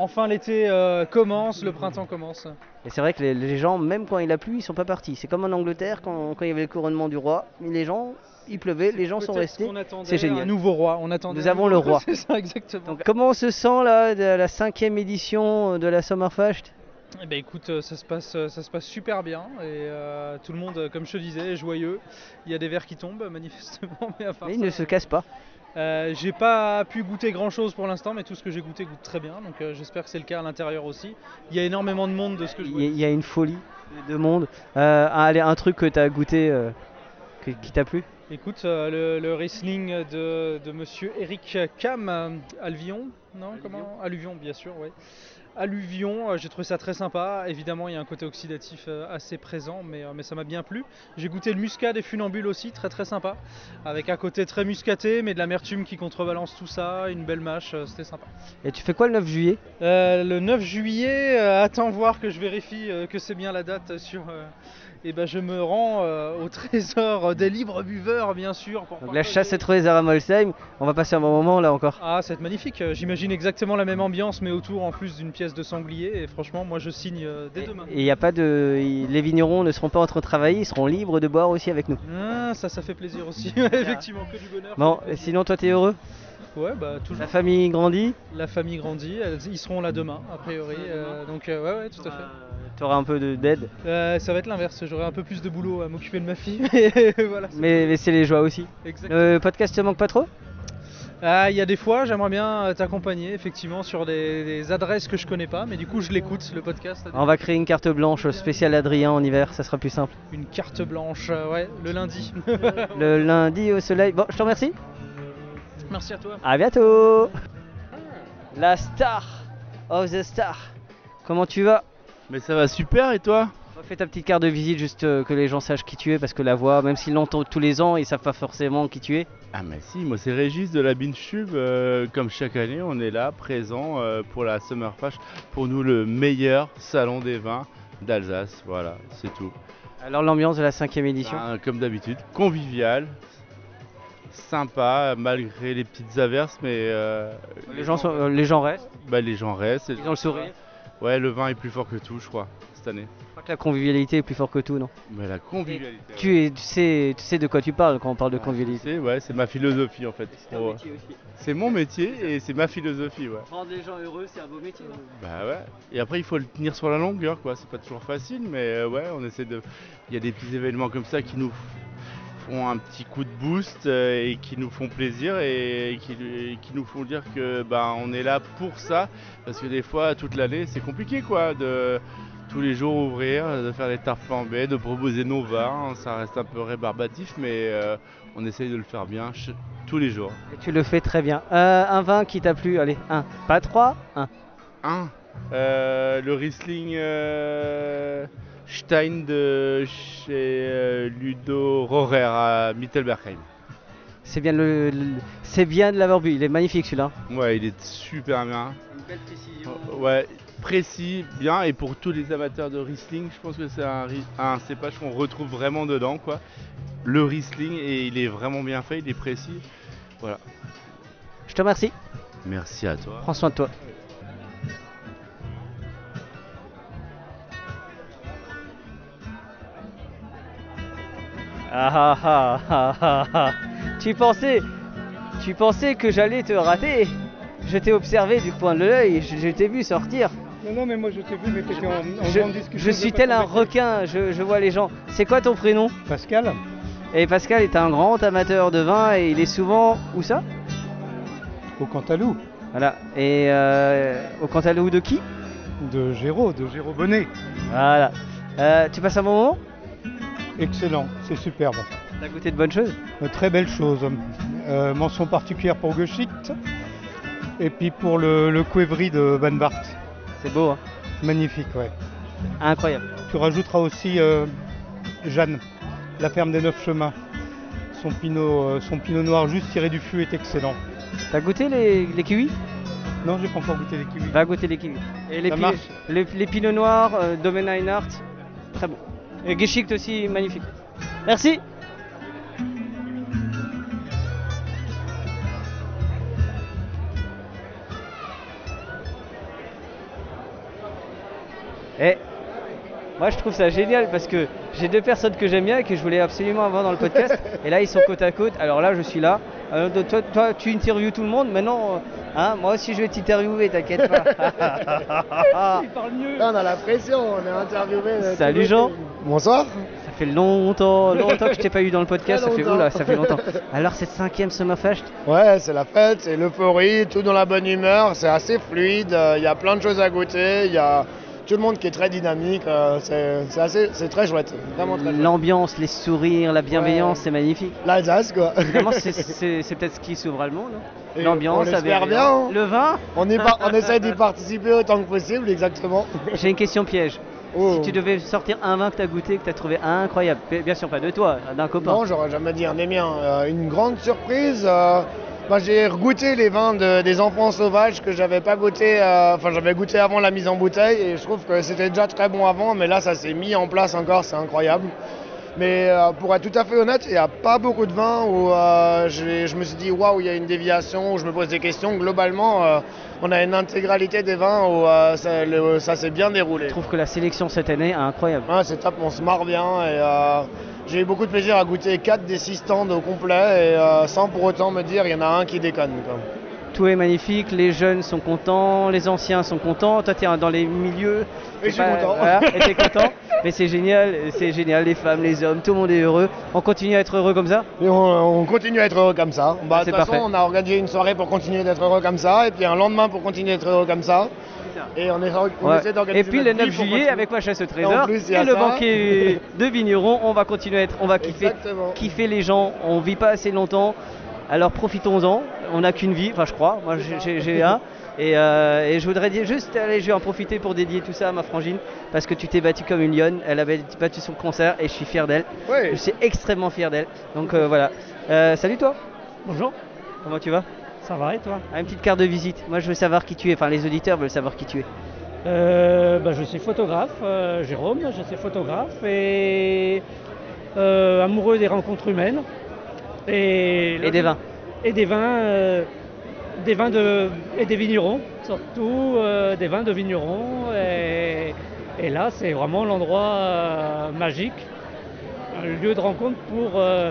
Enfin l'été euh, commence, le printemps commence. Et c'est vrai que les, les gens, même quand il a plu, ils sont pas partis. C'est comme en Angleterre, quand, quand il y avait le couronnement du roi, les gens, il pleuvait, les gens sont Peut-être restés. qu'on attendait C'est Un génial. nouveau roi, Bah, on attendait. Nous un avons le nouveau- roi. c'est ça, exactement. Donc, comment on se sent là de la cinquième édition de la Sommerfest Eh ben écoute, euh, ça se passe, euh, ça se passe super bien et euh, tout le monde, euh, comme je te disais, est joyeux. Il y a des verres qui tombent euh, manifestement, mais à part Mais il ne se casse pas. ça, euh, j'ai pas pu goûter grand chose pour l'instant, mais tout ce que j'ai goûté goûte très bien. Donc euh, j'espère que c'est le cas à l'intérieur aussi. Il y a énormément de monde de ce que je Il y, a- il y a une folie de monde. Euh, allez, un truc que t'as goûté, euh, que- qui t'a plu Écoute, euh, le, le wrestling de, de monsieur Eric Cam euh, Alvion, non comment Alluvion, bien sûr, oui. Alluvion, euh, j'ai trouvé ça très sympa. Évidemment, il y a un côté oxydatif euh, assez présent, mais, euh, mais ça m'a bien plu. J'ai goûté le muscat des funambules aussi, très très sympa. Avec un côté très muscaté, mais de l'amertume qui contrebalance tout ça, une belle mâche, euh, c'était sympa. Et tu fais quoi le 9 juillet Euh, le 9 juillet, euh, attends voir que je vérifie euh, que c'est bien la date sur. et ben je me rends euh, au trésor des libres buveurs, bien sûr. pour Donc la chasse et trouée à Molsheim, on va passer un bon moment là encore. Ah, c'est magnifique. Euh, J'imagine exactement la même ambiance, mais autour en plus d'une pièce de sanglier. Et franchement, moi je signe euh, dès demain. Et il y a pas de, y- les vignerons ne seront pas en train de travailler, ils seront libres de boire aussi avec nous. Ah, ça, ça fait plaisir aussi. Effectivement, que du bonheur. Bon, et sinon toi t'es heureux Ouais, bah toujours. La famille grandit, La famille grandit. elles- ils seront là demain, a priori. euh, donc euh, ouais, ouais, tout à fait. t'auras un peu de- d'aide, Euh, ça va être l'inverse. J'aurai un peu plus de boulot à m'occuper de ma fille. mais euh, voilà. c'est- mais, mais c'est les joies aussi. Exactement. Le podcast te manque pas trop Ah, il y a des fois, j'aimerais bien euh, t'accompagner effectivement sur des, des adresses que je connais pas, mais du coup, je l'écoute le podcast. On va créer une carte blanche spéciale Adrien en hiver, ça sera plus simple. Une carte blanche, euh, ouais, le lundi. Le lundi au soleil. Bon, je te remercie. Merci à toi. À bientôt. La star of the star. Comment tu vas Bah, Mais ça va super et toi Fais ta petite carte de visite juste euh, que les gens sachent qui tu es parce que la voix, même s'ils l'entendent tous les ans, ils savent pas forcément qui tu es. Ah mais si, moi c'est Régis de la Binchub. comme chaque année, on est là, présent euh, pour la Summer Fash. Pour nous, le meilleur salon des vins d'Alsace. Voilà, c'est tout. Alors l'ambiance de la cinquième édition Ben, Comme d'habitude, convivial, sympa, malgré les petites averses, mais... euh, Les gens sont- euh, les gens restent Bah, Les gens restent. Ils ont le sourire Ouais, le vin est plus fort que tout, je crois, cette année. Je crois que la convivialité est plus fort que tout, non Mais la convivialité... tu, es- tu sais, tu sais de quoi tu parles quand on parle de convivialité. C'est Ah, ouais, c'est ma philosophie en fait. Pour- C'est mon métier et c'est ma philosophie, ouais. Rendre les gens heureux, c'est un beau métier. Bah ouais. Et après, il faut le tenir sur la longueur, quoi. C'est pas toujours facile, mais euh, ouais, on essaie de. Il y a des petits événements comme ça qui nous font un petit coup de boost euh, et qui nous font plaisir et qui, et qui nous font dire que bah on est là pour ça parce que des fois toute l'année c'est compliqué quoi de tous les jours ouvrir, de faire les tartes flambées, de proposer nos vins, ça reste un peu rébarbatif mais euh, on essaye de le faire bien ch- tous les jours. Et tu le fais très bien. Euh, un vin qui t'a plu, allez, un. Pas trois, un. Hein Un. Euh, le Riesling euh, Stein de chez euh, Ludo Rohrer à Mittelbergheim. C'est bien, le, le- c'est bien de l'avoir bu, il est magnifique celui-là. Ouais, il est super bien. Oh, Une belle précision. Ouais, précis, bien. Et pour tous les amateurs de Riesling, je pense que c'est un, ri- un cépage qu'on retrouve vraiment dedans, quoi. Le Riesling, et il est vraiment bien fait, il est précis. Voilà. Je te remercie. Merci à toi. Prends soin de toi. Ah ah ah ah ah ah. Tu pensais, tu pensais que j'allais te rater. Je t'ai observé du coin de l'œil, je, je t'ai vu sortir. Non, non, mais moi je t'ai vu, mais t'étais en, en Je, grande discussion. je suis tel un requin, je, je vois les gens. C'est quoi ton prénom Pascal. Et Pascal est un grand amateur de vin et il est souvent où ça Au Cantalou. Voilà. Et euh, au Cantalou de qui De Géraud, de Géraud Bonnet. Voilà. Euh, tu passes un bon moment Excellent, c'est superbe. T'as goûté de bonnes choses Euh, Très belles choses. Euh, mention particulière pour Geschicht et puis pour le, le Cuevry de Van Bart. C'est beau, hein Magnifique, ouais. Incroyable. Tu rajouteras aussi euh, Jeanne, la ferme des Neuf Chemins. Son pinot, euh, son pinot noir juste tiré du fût est excellent. T'as goûté les, les kiwis Non, j'ai pas encore goûté les kiwis. Va goûter les kiwis. Et les, Ça pi- marche. les, les pinots noirs, euh, Domaine Einhard, très bon. Et Geschicht aussi, magnifique. Merci Et moi je trouve ça génial parce que j'ai deux personnes que j'aime bien et que je voulais absolument avoir dans le podcast. et là ils sont côte à côte. Alors là je suis là. Alors, toi, toi- toi, tu interviews tout le monde. Maintenant, euh, hein, moi aussi je vais t'interviewer, t'inquiète pas. Là, Ah, on a la pression, on est interviewé. euh, Salut tout Jean. l'été. Bonsoir. Ça fait longtemps, longtemps que je t'ai pas eu dans le podcast. Très Ça fait, longtemps. oula, ça fait longtemps. Alors cette cinquième Summerfest, Ouais, c'est la fête, c'est l'euphorie, tout dans la bonne humeur, c'est assez fluide, euh, il y a plein de choses à goûter, il y a tout le monde qui est très dynamique, euh, c'est c'est assez, c'est très chouette, vraiment très chouette. l'ambiance, les sourires, la bienveillance, Ouais. c'est magnifique. L'Alsace quoi. Évidemment, c'est- c'est c'est peut-être ce qui sauvera le monde. hein. Et L'ambiance, on la l'espère bien. bienveillance. hein. Le vin On, y par- on essaie d'y participer autant que possible, exactement. J'ai une question piège. Oh. Si tu devais sortir un vin que t'as goûté, que t'as trouvé incroyable, bi- bien sûr pas de toi, d'un copain. Non, j'aurais jamais dit un des miens. Euh, une grande surprise. euh, bah, j'ai goûté les vins de- des enfants sauvages que j'avais pas goûté. euh, Enfin, j'avais goûté avant la mise en bouteille et je trouve que c'était déjà très bon avant, mais là, ça s'est mis en place encore. C'est incroyable. Mais euh, pour être tout à fait honnête, il n'y a pas beaucoup de vins où euh, j'ai- je me suis dit waouh, il y a une déviation, où je me pose des questions. Globalement, euh, on a une intégralité des vins où euh, ça, le- ça s'est bien déroulé. Je trouve que la sélection cette année est incroyable. Ouais, c'est top, on se marre bien. Et, euh, j'ai eu beaucoup de plaisir à goûter 4 des 6 stands au complet et euh, sans pour autant me dire il y en a un qui déconne. quoi. Tout est magnifique, les jeunes sont contents, les anciens sont contents, toi t'es un- dans les milieux. Et t'es je suis content. voilà, et t'es content. Mais c'est génial, c'est génial, les femmes, les hommes, tout le monde est heureux. On continue à être heureux comme ça Ah, Et on, on continue à être heureux comme ça. Bah, de c'est toute façon, parfait. on a organisé une soirée pour continuer d'être heureux comme ça et puis un lendemain pour continuer d'être heureux comme ça. Et on, est, on Ouais. essaie d'organiser Et puis le notre 9 vie pour juillet, continuer. avec ma chasse au Et en trésor, plus, il y et, a le ça. banquet de vignerons, on va continuer à être, on va kiffer, Exactement. kiffer les gens. On vit pas assez longtemps, alors profitons-en. On n'a qu'une vie, enfin je crois. Moi j'ai- j'ai j'ai un. Et, euh, et je voudrais dire juste, allez, je vais en profiter pour dédier tout ça à ma frangine, parce que tu t'es battue comme une lionne. Elle avait battu son concert et je suis fier d'elle. Ouais. Je suis extrêmement fier d'elle. Donc euh, voilà. Euh, salut toi. Bonjour. Comment tu vas Ah, Ça va et toi Une petite carte de visite. Moi je veux savoir qui tu es. Enfin les auditeurs veulent savoir qui tu es. Euh, bah, je suis photographe, euh, Jérôme, je suis photographe et euh, amoureux des rencontres humaines. Et, Et des vins. Et des vins, euh, des vins de, et des vignerons, surtout euh, des vins de vignerons. Et, et là, c'est vraiment l'endroit euh, magique, un lieu de rencontre pour euh,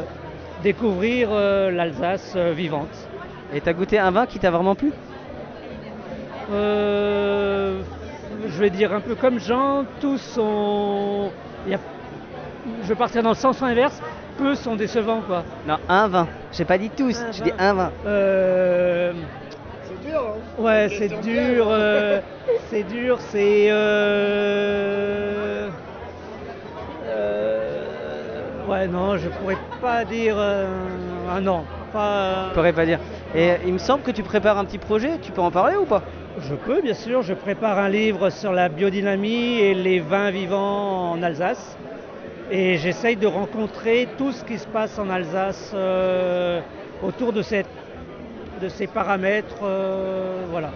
découvrir euh, l'Alsace euh, vivante. Et t'as goûté un vin qui t'a vraiment plu Euh, je vais dire un peu comme Jean, tous sont. il y a- Je vais partir dans le sens inverse, peu sont décevants quoi. Non, un vin. J'ai pas dit tous, Un j'ai vin. dit un vin. Euh, C'est dur, hein Ouais, c'est Question dur, piège. euh, c'est dur, c'est. euh, euh, Ouais, non, je pourrais pas dire euh, un an. Pas... Je pourrais pas dire. Et euh, il me semble que tu prépares un petit projet, tu peux en parler ou pas Je peux, bien sûr. Je prépare un livre sur la biodynamie et les vins vivants en Alsace. Et j'essaye de rencontrer tout ce qui se passe en Alsace euh, autour de, cette, de ces paramètres. euh, voilà.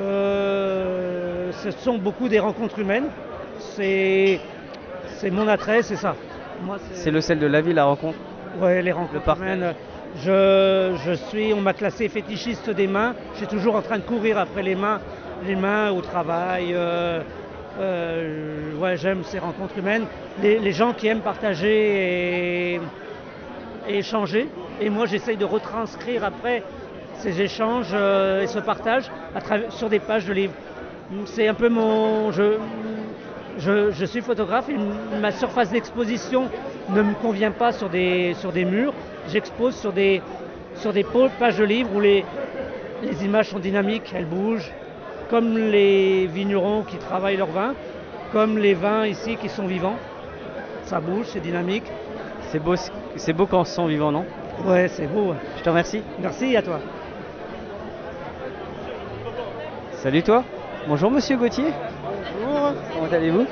Euh, ce sont beaucoup des rencontres humaines. C'est c'est mon attrait, c'est ça. Moi, C'est le sel de la vie, la rencontre. Ouais, les rencontres partage. humaines. Je, je suis, on m'a classé fétichiste des mains. Je suis toujours en train de courir après les mains, les mains au travail. euh, euh, ouais, j'aime ces rencontres humaines. Les, les gens qui aiment partager et, et échanger. Et moi, j'essaye de retranscrire après ces échanges euh, et ce partage à travers- sur des pages de livres. C'est un peu mon. Je, je, je suis photographe et m- ma surface d'exposition ne me convient pas sur des, sur des murs. J'expose sur des, sur des po- pages de livres où les, Les images sont dynamiques, elles bougent, comme les vignerons qui travaillent leur vin, comme les vins ici qui sont vivants. Ça bouge, c'est dynamique. C'est beau, c'est beau quand on se sent vivant, non Ouais, c'est beau. Je te remercie. Merci à toi. Salut toi. Bonjour Monsieur Gauthier. Bonjour. Comment allez-vous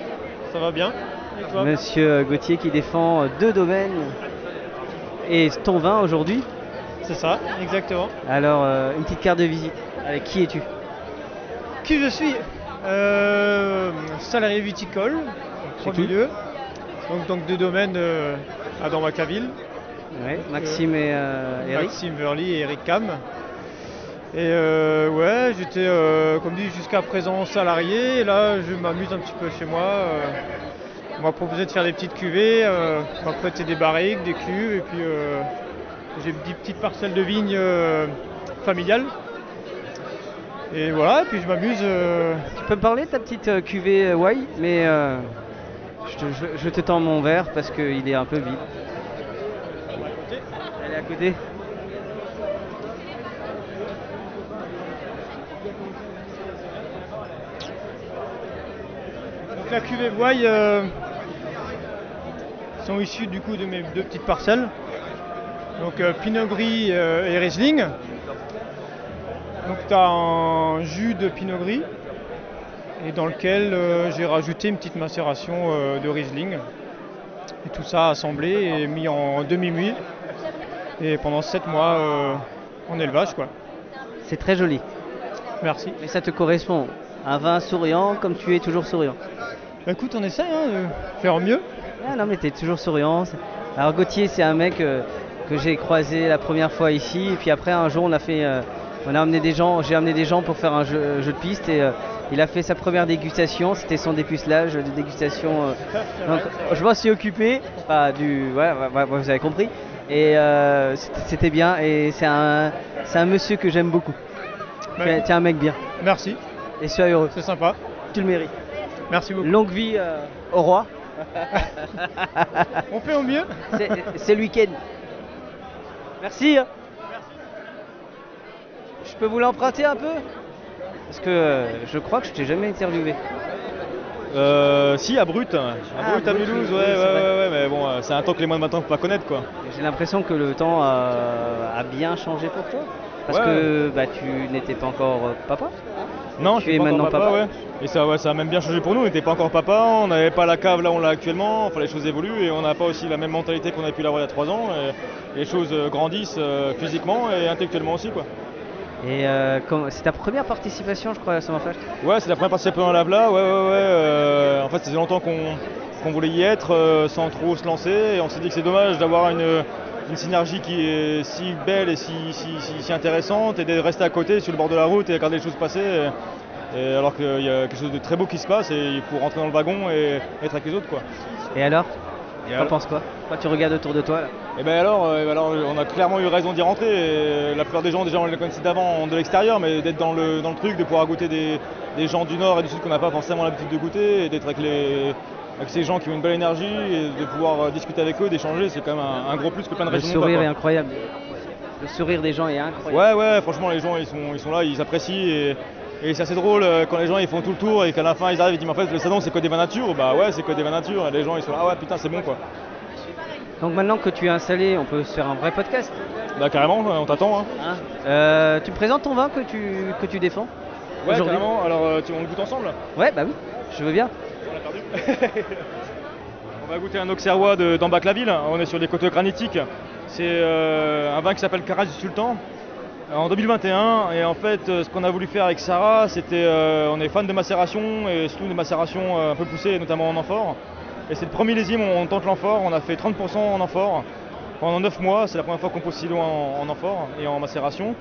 Ça va bien Et toi Monsieur Gauthier qui défend euh, deux domaines et ton vin aujourd'hui. C'est ça, exactement. Alors euh, une petite carte de visite. Avec qui es-tu Qui je suis Euh, Salarié viticole, en C'est premier tout lieu. Donc, donc deux domaines euh, à dans Macaville. Ouais, Maxime et euh, Eric. Maxime Verly et Eric Cam. Et euh, ouais, j'étais, euh, comme dit, jusqu'à présent salarié. Et là, je m'amuse un petit peu chez moi. euh, on m'a proposé de faire des petites cuvées. euh, on m'a prêté des barriques, des cuves. Et puis, euh, j'ai des petites parcelles de vignes euh, familiales. Et voilà, et puis je m'amuse. euh, Tu peux me parler de ta petite euh, cuvée euh, Wai mais euh, je, te, je- je te tends mon verre parce qu'il est un peu vide. Elle est à côté. Donc la cuvée Voye euh, sont issus du coup de mes deux petites parcelles. Donc euh, Pinot Gris euh, et Riesling. Donc tu as un jus de Pinot Gris et dans lequel euh, j'ai rajouté une petite macération euh, de Riesling. Et tout ça assemblé et mis en demi-muit. Et pendant 7 mois euh, en élevage quoi. C'est très joli. Merci. Mais ça te correspond. Un vin souriant comme tu es toujours souriant. Bah écoute, on essaie hein, de faire mieux. Ah non mais t'es toujours souriant. c'est- Alors Gauthier c'est un mec euh, que j'ai croisé la première fois ici et puis après un jour on a fait euh, on a amené des gens, j'ai amené des gens pour faire un jeu, jeu de piste et euh, il a fait sa première dégustation, c'était son dépucelage de dégustation. euh, donc je m'en suis occupé, pas du ouais, ouais, ouais, vous avez compris et euh, c'était c'était bien et c'est un c'est un monsieur que j'aime beaucoup. T'es t'es un mec bien. Merci. Et sois heureux. C'est sympa. Tu le mérites. Merci beaucoup. Longue vie euh, au roi. On fait au mieux. C'est- C'est le week-end. Merci. hein. Je peux vous l'emprunter un peu Parce que euh, je crois que je t'ai jamais interviewé. Ah, Euh, si, à Brut. À Brut, à Brut, Mulhouse, oui, ouais, oui, c'est ouais, vrai. ouais, ouais, mais bon, euh, c'est un temps que les moins de maintenant ne peuvent pas connaître, quoi. J'ai l'impression que le temps euh, a bien changé pour toi. Parce Ouais. que bah, tu n'étais pas encore euh, papa. Non, Tu je suis es pas maintenant encore papa. ouais. Et ça, ouais, ça a même bien changé pour nous. On n'était pas encore papa, on n'avait pas la cave là où on l'a actuellement. Enfin, les choses évoluent et on n'a pas aussi la même mentalité qu'on a pu l'avoir il y a 3 ans. Et les choses euh, grandissent euh, physiquement et intellectuellement aussi, quoi. Et euh, comme- c'est ta première participation, je crois, à Summerfest. Ouais, c'est la première partie dans la Blabla, ouais, ouais, ouais. euh, en fait, ça faisait longtemps qu'on qu'on voulait y être euh, sans trop se lancer. Et on s'est dit que c'est dommage d'avoir une, une synergie qui est si belle et si, si- si- si intéressante et de rester à côté sur le bord de la route et regarder les choses passer. Et, et alors qu'il y a quelque chose de très beau qui se passe et il faut rentrer dans le wagon et être avec les autres, quoi. Et alors Et T'en alors penses quoi Quand tu regardes autour de toi, là. et ben alors, euh, eh ben alors, on a clairement eu raison d'y rentrer. Et euh, la plupart des gens, déjà, on les connaissait d'avant de l'extérieur, mais d'être dans le, dans le truc, de pouvoir goûter des, des gens du Nord et du Sud qu'on n'a pas forcément l'habitude de goûter, et d'être avec, les, avec ces gens qui ont une belle énergie, et de pouvoir euh, discuter avec eux, d'échanger, c'est quand même un, un gros plus que plein de le régions. n'ont pas, sourire quoi. est incroyable. Le sourire des gens est incroyable. Ouais, ouais, franchement, les gens ils sont, ils sont là, ils apprécient et, et c'est assez drôle euh, quand les gens ils font tout le tour et qu'à la fin ils arrivent et disent mais en fait le salon c'est que des vins nature. Bah ouais, c'est que des vins nature. Et les gens ils sont là, ah ouais, putain, c'est bon quoi. Donc maintenant que tu es installé, on peut se faire un vrai podcast. Bah carrément, on t'attend. hein. Hein Euh, tu me présentes ton vin que tu, que tu défends Ouais, aujourd'hui carrément, alors euh, tu, on le goûte ensemble Ouais, bah oui, je veux bien. On va goûter un auxerrois de- d'Ambac-la-Ville. On est sur des côtes granitiques. C'est euh, un vin qui s'appelle Carras du Sultan. euh, En 2021, et en fait, euh, ce qu'on a voulu faire avec Sarah, c'était. euh, on est fan de macération, et surtout de macération euh, un peu poussée, notamment en amphore. Et c'est le premier lésime, on, on tente l'amphore, on a fait 30% en amphore pendant 9 mois, c'est la première fois qu'on pousse si loin en, en amphore et en macération.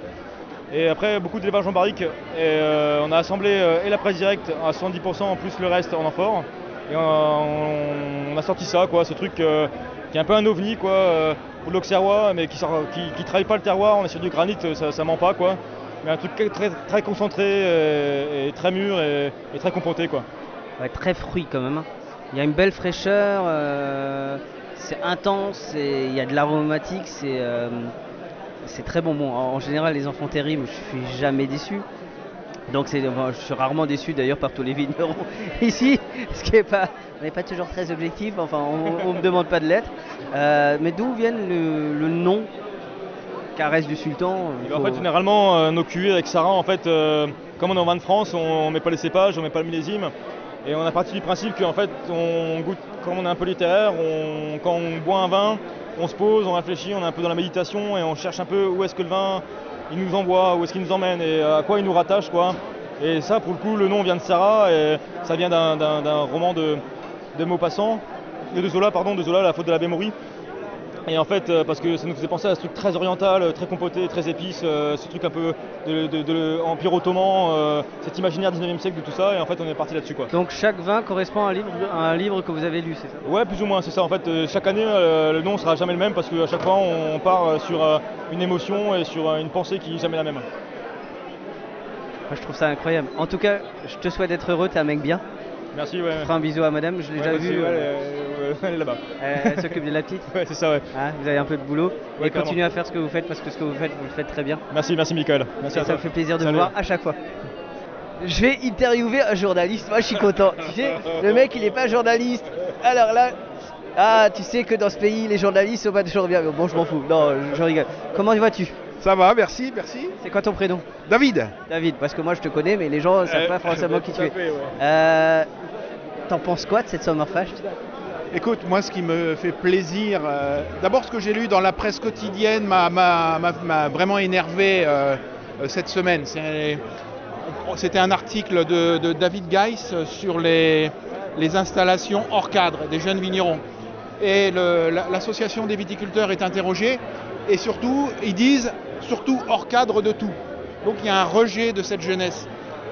Et après, beaucoup d'élevage en barrique, et euh, on a assemblé euh, et la presse directe à 70% en plus le reste en amphore. Et on, on a sorti ça, quoi, ce truc euh, qui est un peu un ovni, quoi, euh, pour l'auxerrois, mais qui, sort- qui, qui trahit pas le terroir, on est sur du granit, euh, ça, ça ment pas, quoi. Mais un truc très, très concentré, euh, et, très mûr, et, et très compoté, quoi. Ouais, très fruit quand même. hein. Il y a une belle fraîcheur, euh, c'est intense, et il y a de l'aromatique, c'est euh, c'est très bon. bon. En en général, les enfants terribles, je suis jamais déçu. Donc c'est, enfin, je suis rarement déçu d'ailleurs par tous les vignerons ici, ce qui est pas, on n'est pas toujours très objectif. Enfin, on, ne me demande pas de l'être. Euh, mais d'où vient le, le nom Caresse du Sultan euh, Et ben, en fait, généralement, euh, nos cuvées avec Sarah, en fait, euh, comme on est en vin de France, on, ne met pas les cépages, on met pas le millésime. Et on a parti du principe qu'en fait, on goûte, comme on est un peu littéraire, on- quand on boit un vin, on se pose, on réfléchit, on est un peu dans la méditation et on cherche un peu où est-ce que le vin il nous envoie, où est-ce qu'il nous emmène et à quoi il nous rattache. quoi. Et ça, pour le coup, le nom vient de Sarah et ça vient d'un- d'un d'un roman de, de Maupassant, et de Zola, pardon, de Zola, La faute de l'abbé Maury. Et en fait, euh, parce que ça nous faisait penser à ce truc très oriental, euh, très compoté, très épice, euh, ce truc un peu de, de- de empire ottoman, euh, cet imaginaire 19e siècle de tout ça, et en fait on est parti là-dessus quoi. Donc chaque vin correspond à un livre, à un livre que vous avez lu, c'est ça Ouais, plus ou moins, c'est ça. En fait, euh, chaque année, euh, le nom sera jamais le même parce qu'à chaque fois, on part euh, sur euh, une émotion et sur euh, une pensée qui n'est jamais la même. Moi, je trouve ça incroyable. En tout cas, je te souhaite d'être heureux, t'es un mec bien. Merci, ouais. Je ferai un bisou à madame, je l'ai déjà Ouais, bah, c'est- vue. ouais, euh, elle est- ouais, elle est là-bas. euh, elle s'occupe de la petite. Hein, Ouais, c'est ça, ouais. vous avez un peu de boulot. Ouais, et carrément. continuez à faire ce que vous faites parce que ce que vous faites, vous le faites très bien. Merci, merci Michael. Merci Et à ça toi. me fait plaisir de Salut. vous voir Ah, à chaque fois. Je vais interviewer un journaliste, moi je suis content. Tu sais, le mec il est pas journaliste. Alors là, ah tu sais que dans ce pays les journalistes sont pas toujours bien. Mais Bon je m'en fous, non je, je rigole. Comment vas-tu Ça va, merci, merci. C'est quoi ton prénom David. David, parce que moi je te connais mais les gens ne savent Euh, pas forcément bah, qui tout tu à es. fait, ouais. Euh, T'en penses quoi de cette Summerfest Écoute, moi, ce qui me fait plaisir, euh, d'abord, ce que j'ai lu dans la presse quotidienne m'a- m'a m'a- m'a vraiment énervé euh, euh, cette semaine. C'est- Oh, C'était un article de, de David Geiss sur les, les installations hors cadre des jeunes vignerons. Et le- la- l'association des viticulteurs est interrogée, et surtout, ils disent surtout hors cadre de tout. Donc, il y a un rejet de cette jeunesse.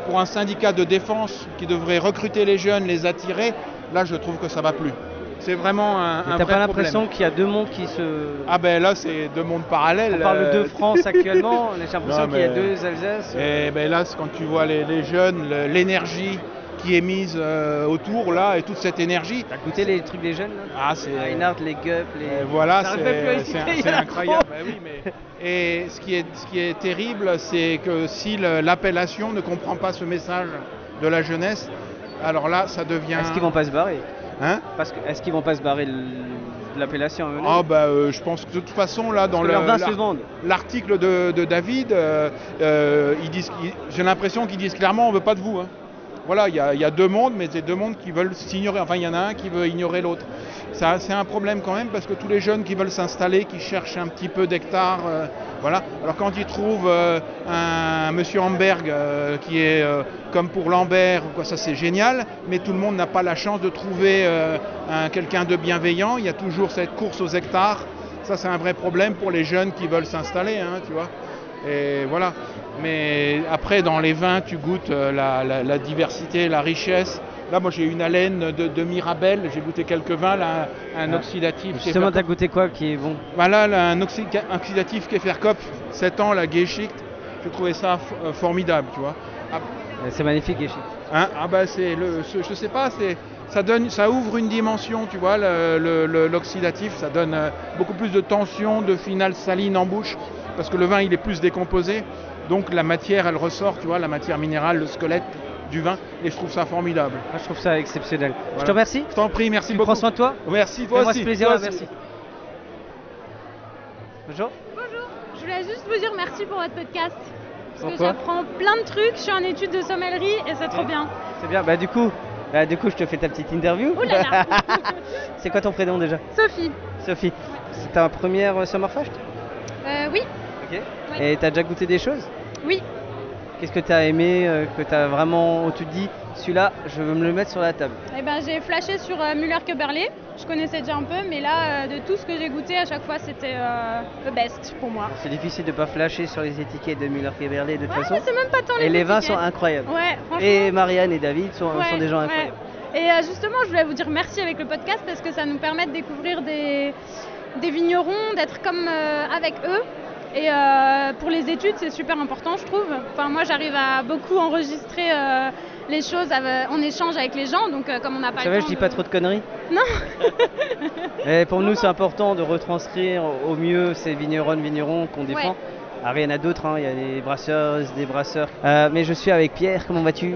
Pour un syndicat de défense qui devrait recruter les jeunes, les attirer, là, je trouve que ça va plus. C'est vraiment un, un Mais T'as vrai pas l'impression problème. qu'il y a deux mondes qui se. Ah ben là, c'est deux mondes parallèles. On parle de euh. deux France actuellement, j'ai l'impression Non, qu'il y a mais- deux euh, Alsaces. Et ben là, c'est quand tu vois les, les jeunes, le- l'énergie qui est mise euh, autour là, et toute cette énergie. T'as goûté les trucs des jeunes Ah, c'est. Reinhardt, les gueules, les. Et voilà, J'arrive même plus à les c'est- citer, c'est il y c'est en a incroyable. Ben trop. oui, mais- Et ce qui est, ce qui est terrible, c'est que si le- l'appellation ne comprend pas ce message de la jeunesse, alors là, ça devient. Est-ce qu'ils vont pas se barrer Hein Parce que est-ce qu'ils vont pas se barrer de l'appellation Ah bah euh, je pense que de toute façon là dans que le- leurs vins l'ar- se vendent. l'article de, de David, euh, euh, ils disent, ils- j'ai l'impression qu'ils disent clairement on veut pas de vous. hein. Voilà, il y, a- il y a deux mondes, mais c'est deux mondes qui veulent s'ignorer. Enfin, il y en a un qui veut ignorer l'autre. Ça, c'est un problème quand même parce que tous les jeunes qui veulent s'installer, qui cherchent un petit peu d'hectare, euh, voilà. Alors quand ils trouvent euh, un Monsieur Amberg euh, qui est euh, comme pour Lambert, ou quoi, ça c'est génial. Mais tout le monde n'a pas la chance de trouver euh, un- quelqu'un de bienveillant. Il y a toujours cette course aux hectares. Ça, c'est un vrai problème pour les jeunes qui veulent s'installer, hein, tu vois. Et voilà. Mais après, dans les vins, tu goûtes euh, la, la- la diversité, la richesse. Là, moi, j'ai une haleine de, de Mirabelle. J'ai goûté quelques vins, là, un Ah. oxydatif. Justement, Kefir t'as goûté quoi qui est bon Kopf. Bah là, là, un oxy- oxydatif Keferkopf, 7 ans, la Geschichte. Je trouvais ça f- euh, formidable, tu vois. Ah, Euh, C'est magnifique, Géchi. Hein, ah bah c'est le, ce- je sais pas, c'est ça donne, ça ouvre une dimension, tu vois, le- le- le- l'oxydatif, ça donne euh, beaucoup plus de tension, de finale saline en bouche, parce que le vin il est plus décomposé, donc la matière elle ressort, tu vois, la matière minérale, le squelette du vin, et je trouve ça formidable. Ah, je trouve ça exceptionnel. Voilà. Je te remercie. Je t'en prie, merci Tu beaucoup. Prends soin de toi. Merci, toi Fais-moi aussi, ce plaisir, toi là, aussi. merci. Bonjour. Bonjour, je voulais juste vous dire merci pour votre podcast. Parce que Pourquoi j'apprends plein de trucs, je suis en étude de sommellerie et c'est trop bien. C'est bien. Bah du coup, bah, du coup, je te fais ta petite interview. Ouh là là. C'est quoi ton prénom déjà Sophie Sophie. C'est ta première euh, Summerfest Euh, oui, Ok. Ouais. Et t'as déjà goûté des choses oui. Qu'est-ce que t'as aimé euh, Que t'as vraiment où tu te dis, celui-là, je veux me le mettre sur la table. Eh ben, j'ai flashé sur euh, Müller-Köberlé. Je connaissais déjà un peu, mais là, euh, de tout ce que j'ai goûté, à chaque fois, c'était euh, the best pour moi. C'est difficile de pas flasher sur les étiquettes de Müller Berlé de toute Ouais, façon. mais c'est même pas tant les et les vins étiquettes. sont incroyables. Ouais, franchement. Et Marianne et David sont, Ouais, sont des gens ouais. incroyables. Et euh, justement, je voulais vous dire merci avec le podcast parce que ça nous permet de découvrir des, des vignerons, d'être comme euh, avec eux. Et euh, pour les études, c'est super important, je trouve. Enfin, moi, j'arrive à beaucoup enregistrer euh, les choses, euh, on échange avec les gens, donc euh, comme on n'a Vous pas le savez, temps je dis de- pas trop de conneries. Et pour nous, c'est important de retranscrire au mieux ces vignerons, vignerons qu'on défend. Ouais. Ah, il y en a d'autres, hein, il y a des brasseuses, des brasseurs. Euh, mais je suis avec Pierre, comment vas-tu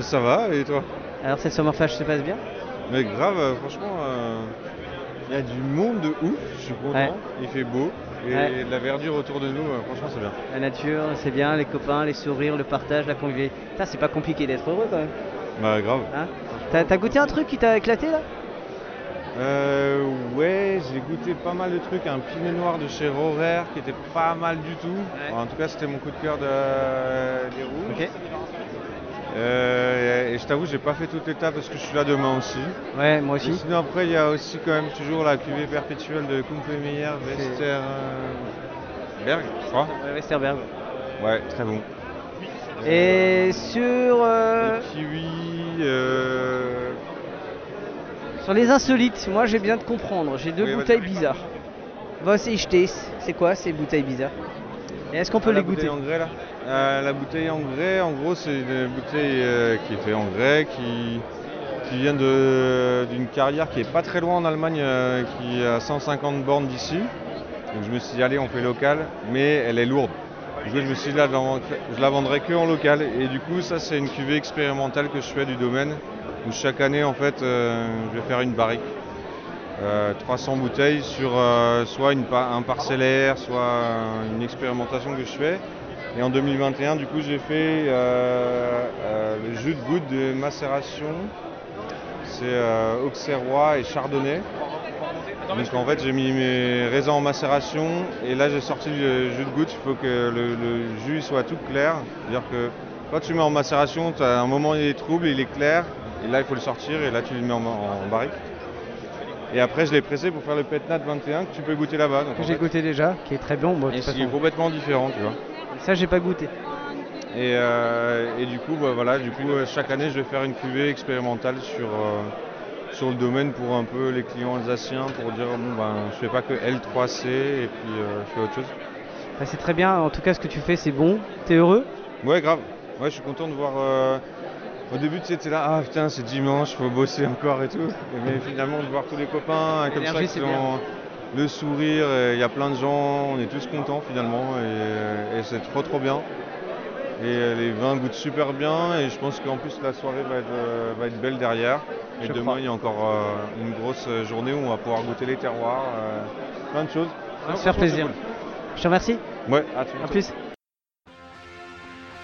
Ça va, et toi Alors, cette sommerfage se passe bien Mais grave, euh, franchement, euh, il y a du monde de ouf, je suis content, Ouais. il fait beau, et Ouais. de la verdure autour de nous, euh, franchement c'est bien. La nature, c'est bien, les copains, les sourires, le partage, la convivialité. Ça, c'est pas compliqué d'être heureux quand même. Bah grave. Hein T'as t'as goûté un truc qui t'a éclaté là Euh, ouais, j'ai goûté pas mal de trucs, un pinot noir de chez Rorer qui était pas mal du tout. En tout cas, c'était mon coup de cœur de... des rouges. Euh, et je t'avoue, j'ai pas fait toute l'étape parce que je suis là demain aussi. Ouais, moi aussi. Et sinon, après, il y a aussi quand même toujours la cuvée perpétuelle de Kumpemeyer, Wester. Berg, je crois. Westerberg. Ouais, très bon. Et sur. euh, Kiwi. euh, Sur les insolites, moi j'ai bien de comprendre. J'ai deux Oui, vas-y. bouteilles bizarres. Voss et Ichtes. C'est quoi ces bouteilles bizarres Et est-ce qu'on peut Ah, la les goûter bouteille en grès, là Euh, La bouteille en grès, en gros, c'est une bouteille euh, qui est faite en grès, qui, qui vient de- d'une carrière qui est pas très loin en Allemagne, euh, qui est à 150 bornes d'ici. Donc je me suis dit, allez, on fait local, mais elle est lourde. Du coup, je me suis dit, là, je la vend- je la vendrai que en local. Et du coup, ça, c'est une cuvée expérimentale que je fais du domaine, où chaque année, en fait, euh, je vais faire une barrique. Euh, 300 bouteilles sur euh, soit une pa- un parcellaire, soit euh, une expérimentation que je fais. Et en 2021, du coup, j'ai fait euh, euh, le jus de goutte de macération. C'est euh, auxerrois et chardonnay. Donc en fait, j'ai mis mes raisins en macération et là, j'ai sorti le jus de goutte. Il faut que le, le jus soit tout clair. C'est-à-dire que quand tu mets en macération, tu as un moment, il est trouble, il est clair. Et là, il faut le sortir et là, tu le mets en, en barrique. Et après, je l'ai pressé pour faire le Petnat 21 que tu peux goûter là-bas. Donc, en Que j'ai fait, goûté déjà, qui est très bon. bon, de et toute qui est façon. complètement différent, tu vois. Ça, j'ai pas goûté. Et, euh, et du coup, bah, voilà, du coup, euh, chaque année, je vais faire une cuvée expérimentale sur, euh, sur le domaine pour un peu les clients alsaciens, pour dire bon ben, je fais pas que L3C et puis euh, je fais autre chose. Bah, c'est très bien. En tout cas, ce que tu fais, c'est bon. T'es heureux Ouais, grave. Ouais, je suis content de voir. euh, Au début, tu sais, t'es là, ah putain, c'est dimanche, faut bosser encore et tout. Et Mais finalement, de voir tous les copains euh, comme ça L'énergie, qui c'est ont le sourire, il y a plein de gens, on est tous contents finalement, et, euh, et c'est trop trop bien. Et euh, les vins goûtent super bien, et je pense qu'en plus la soirée va être, euh, va être belle derrière. Et Je demain, crois. il y a encore euh, une grosse euh, journée où on va pouvoir goûter les terroirs, euh, plein de choses. On Non, va se faire franchement, c'est plaisir. Je te remercie. cool. Ouais, à tout A bientôt. plus.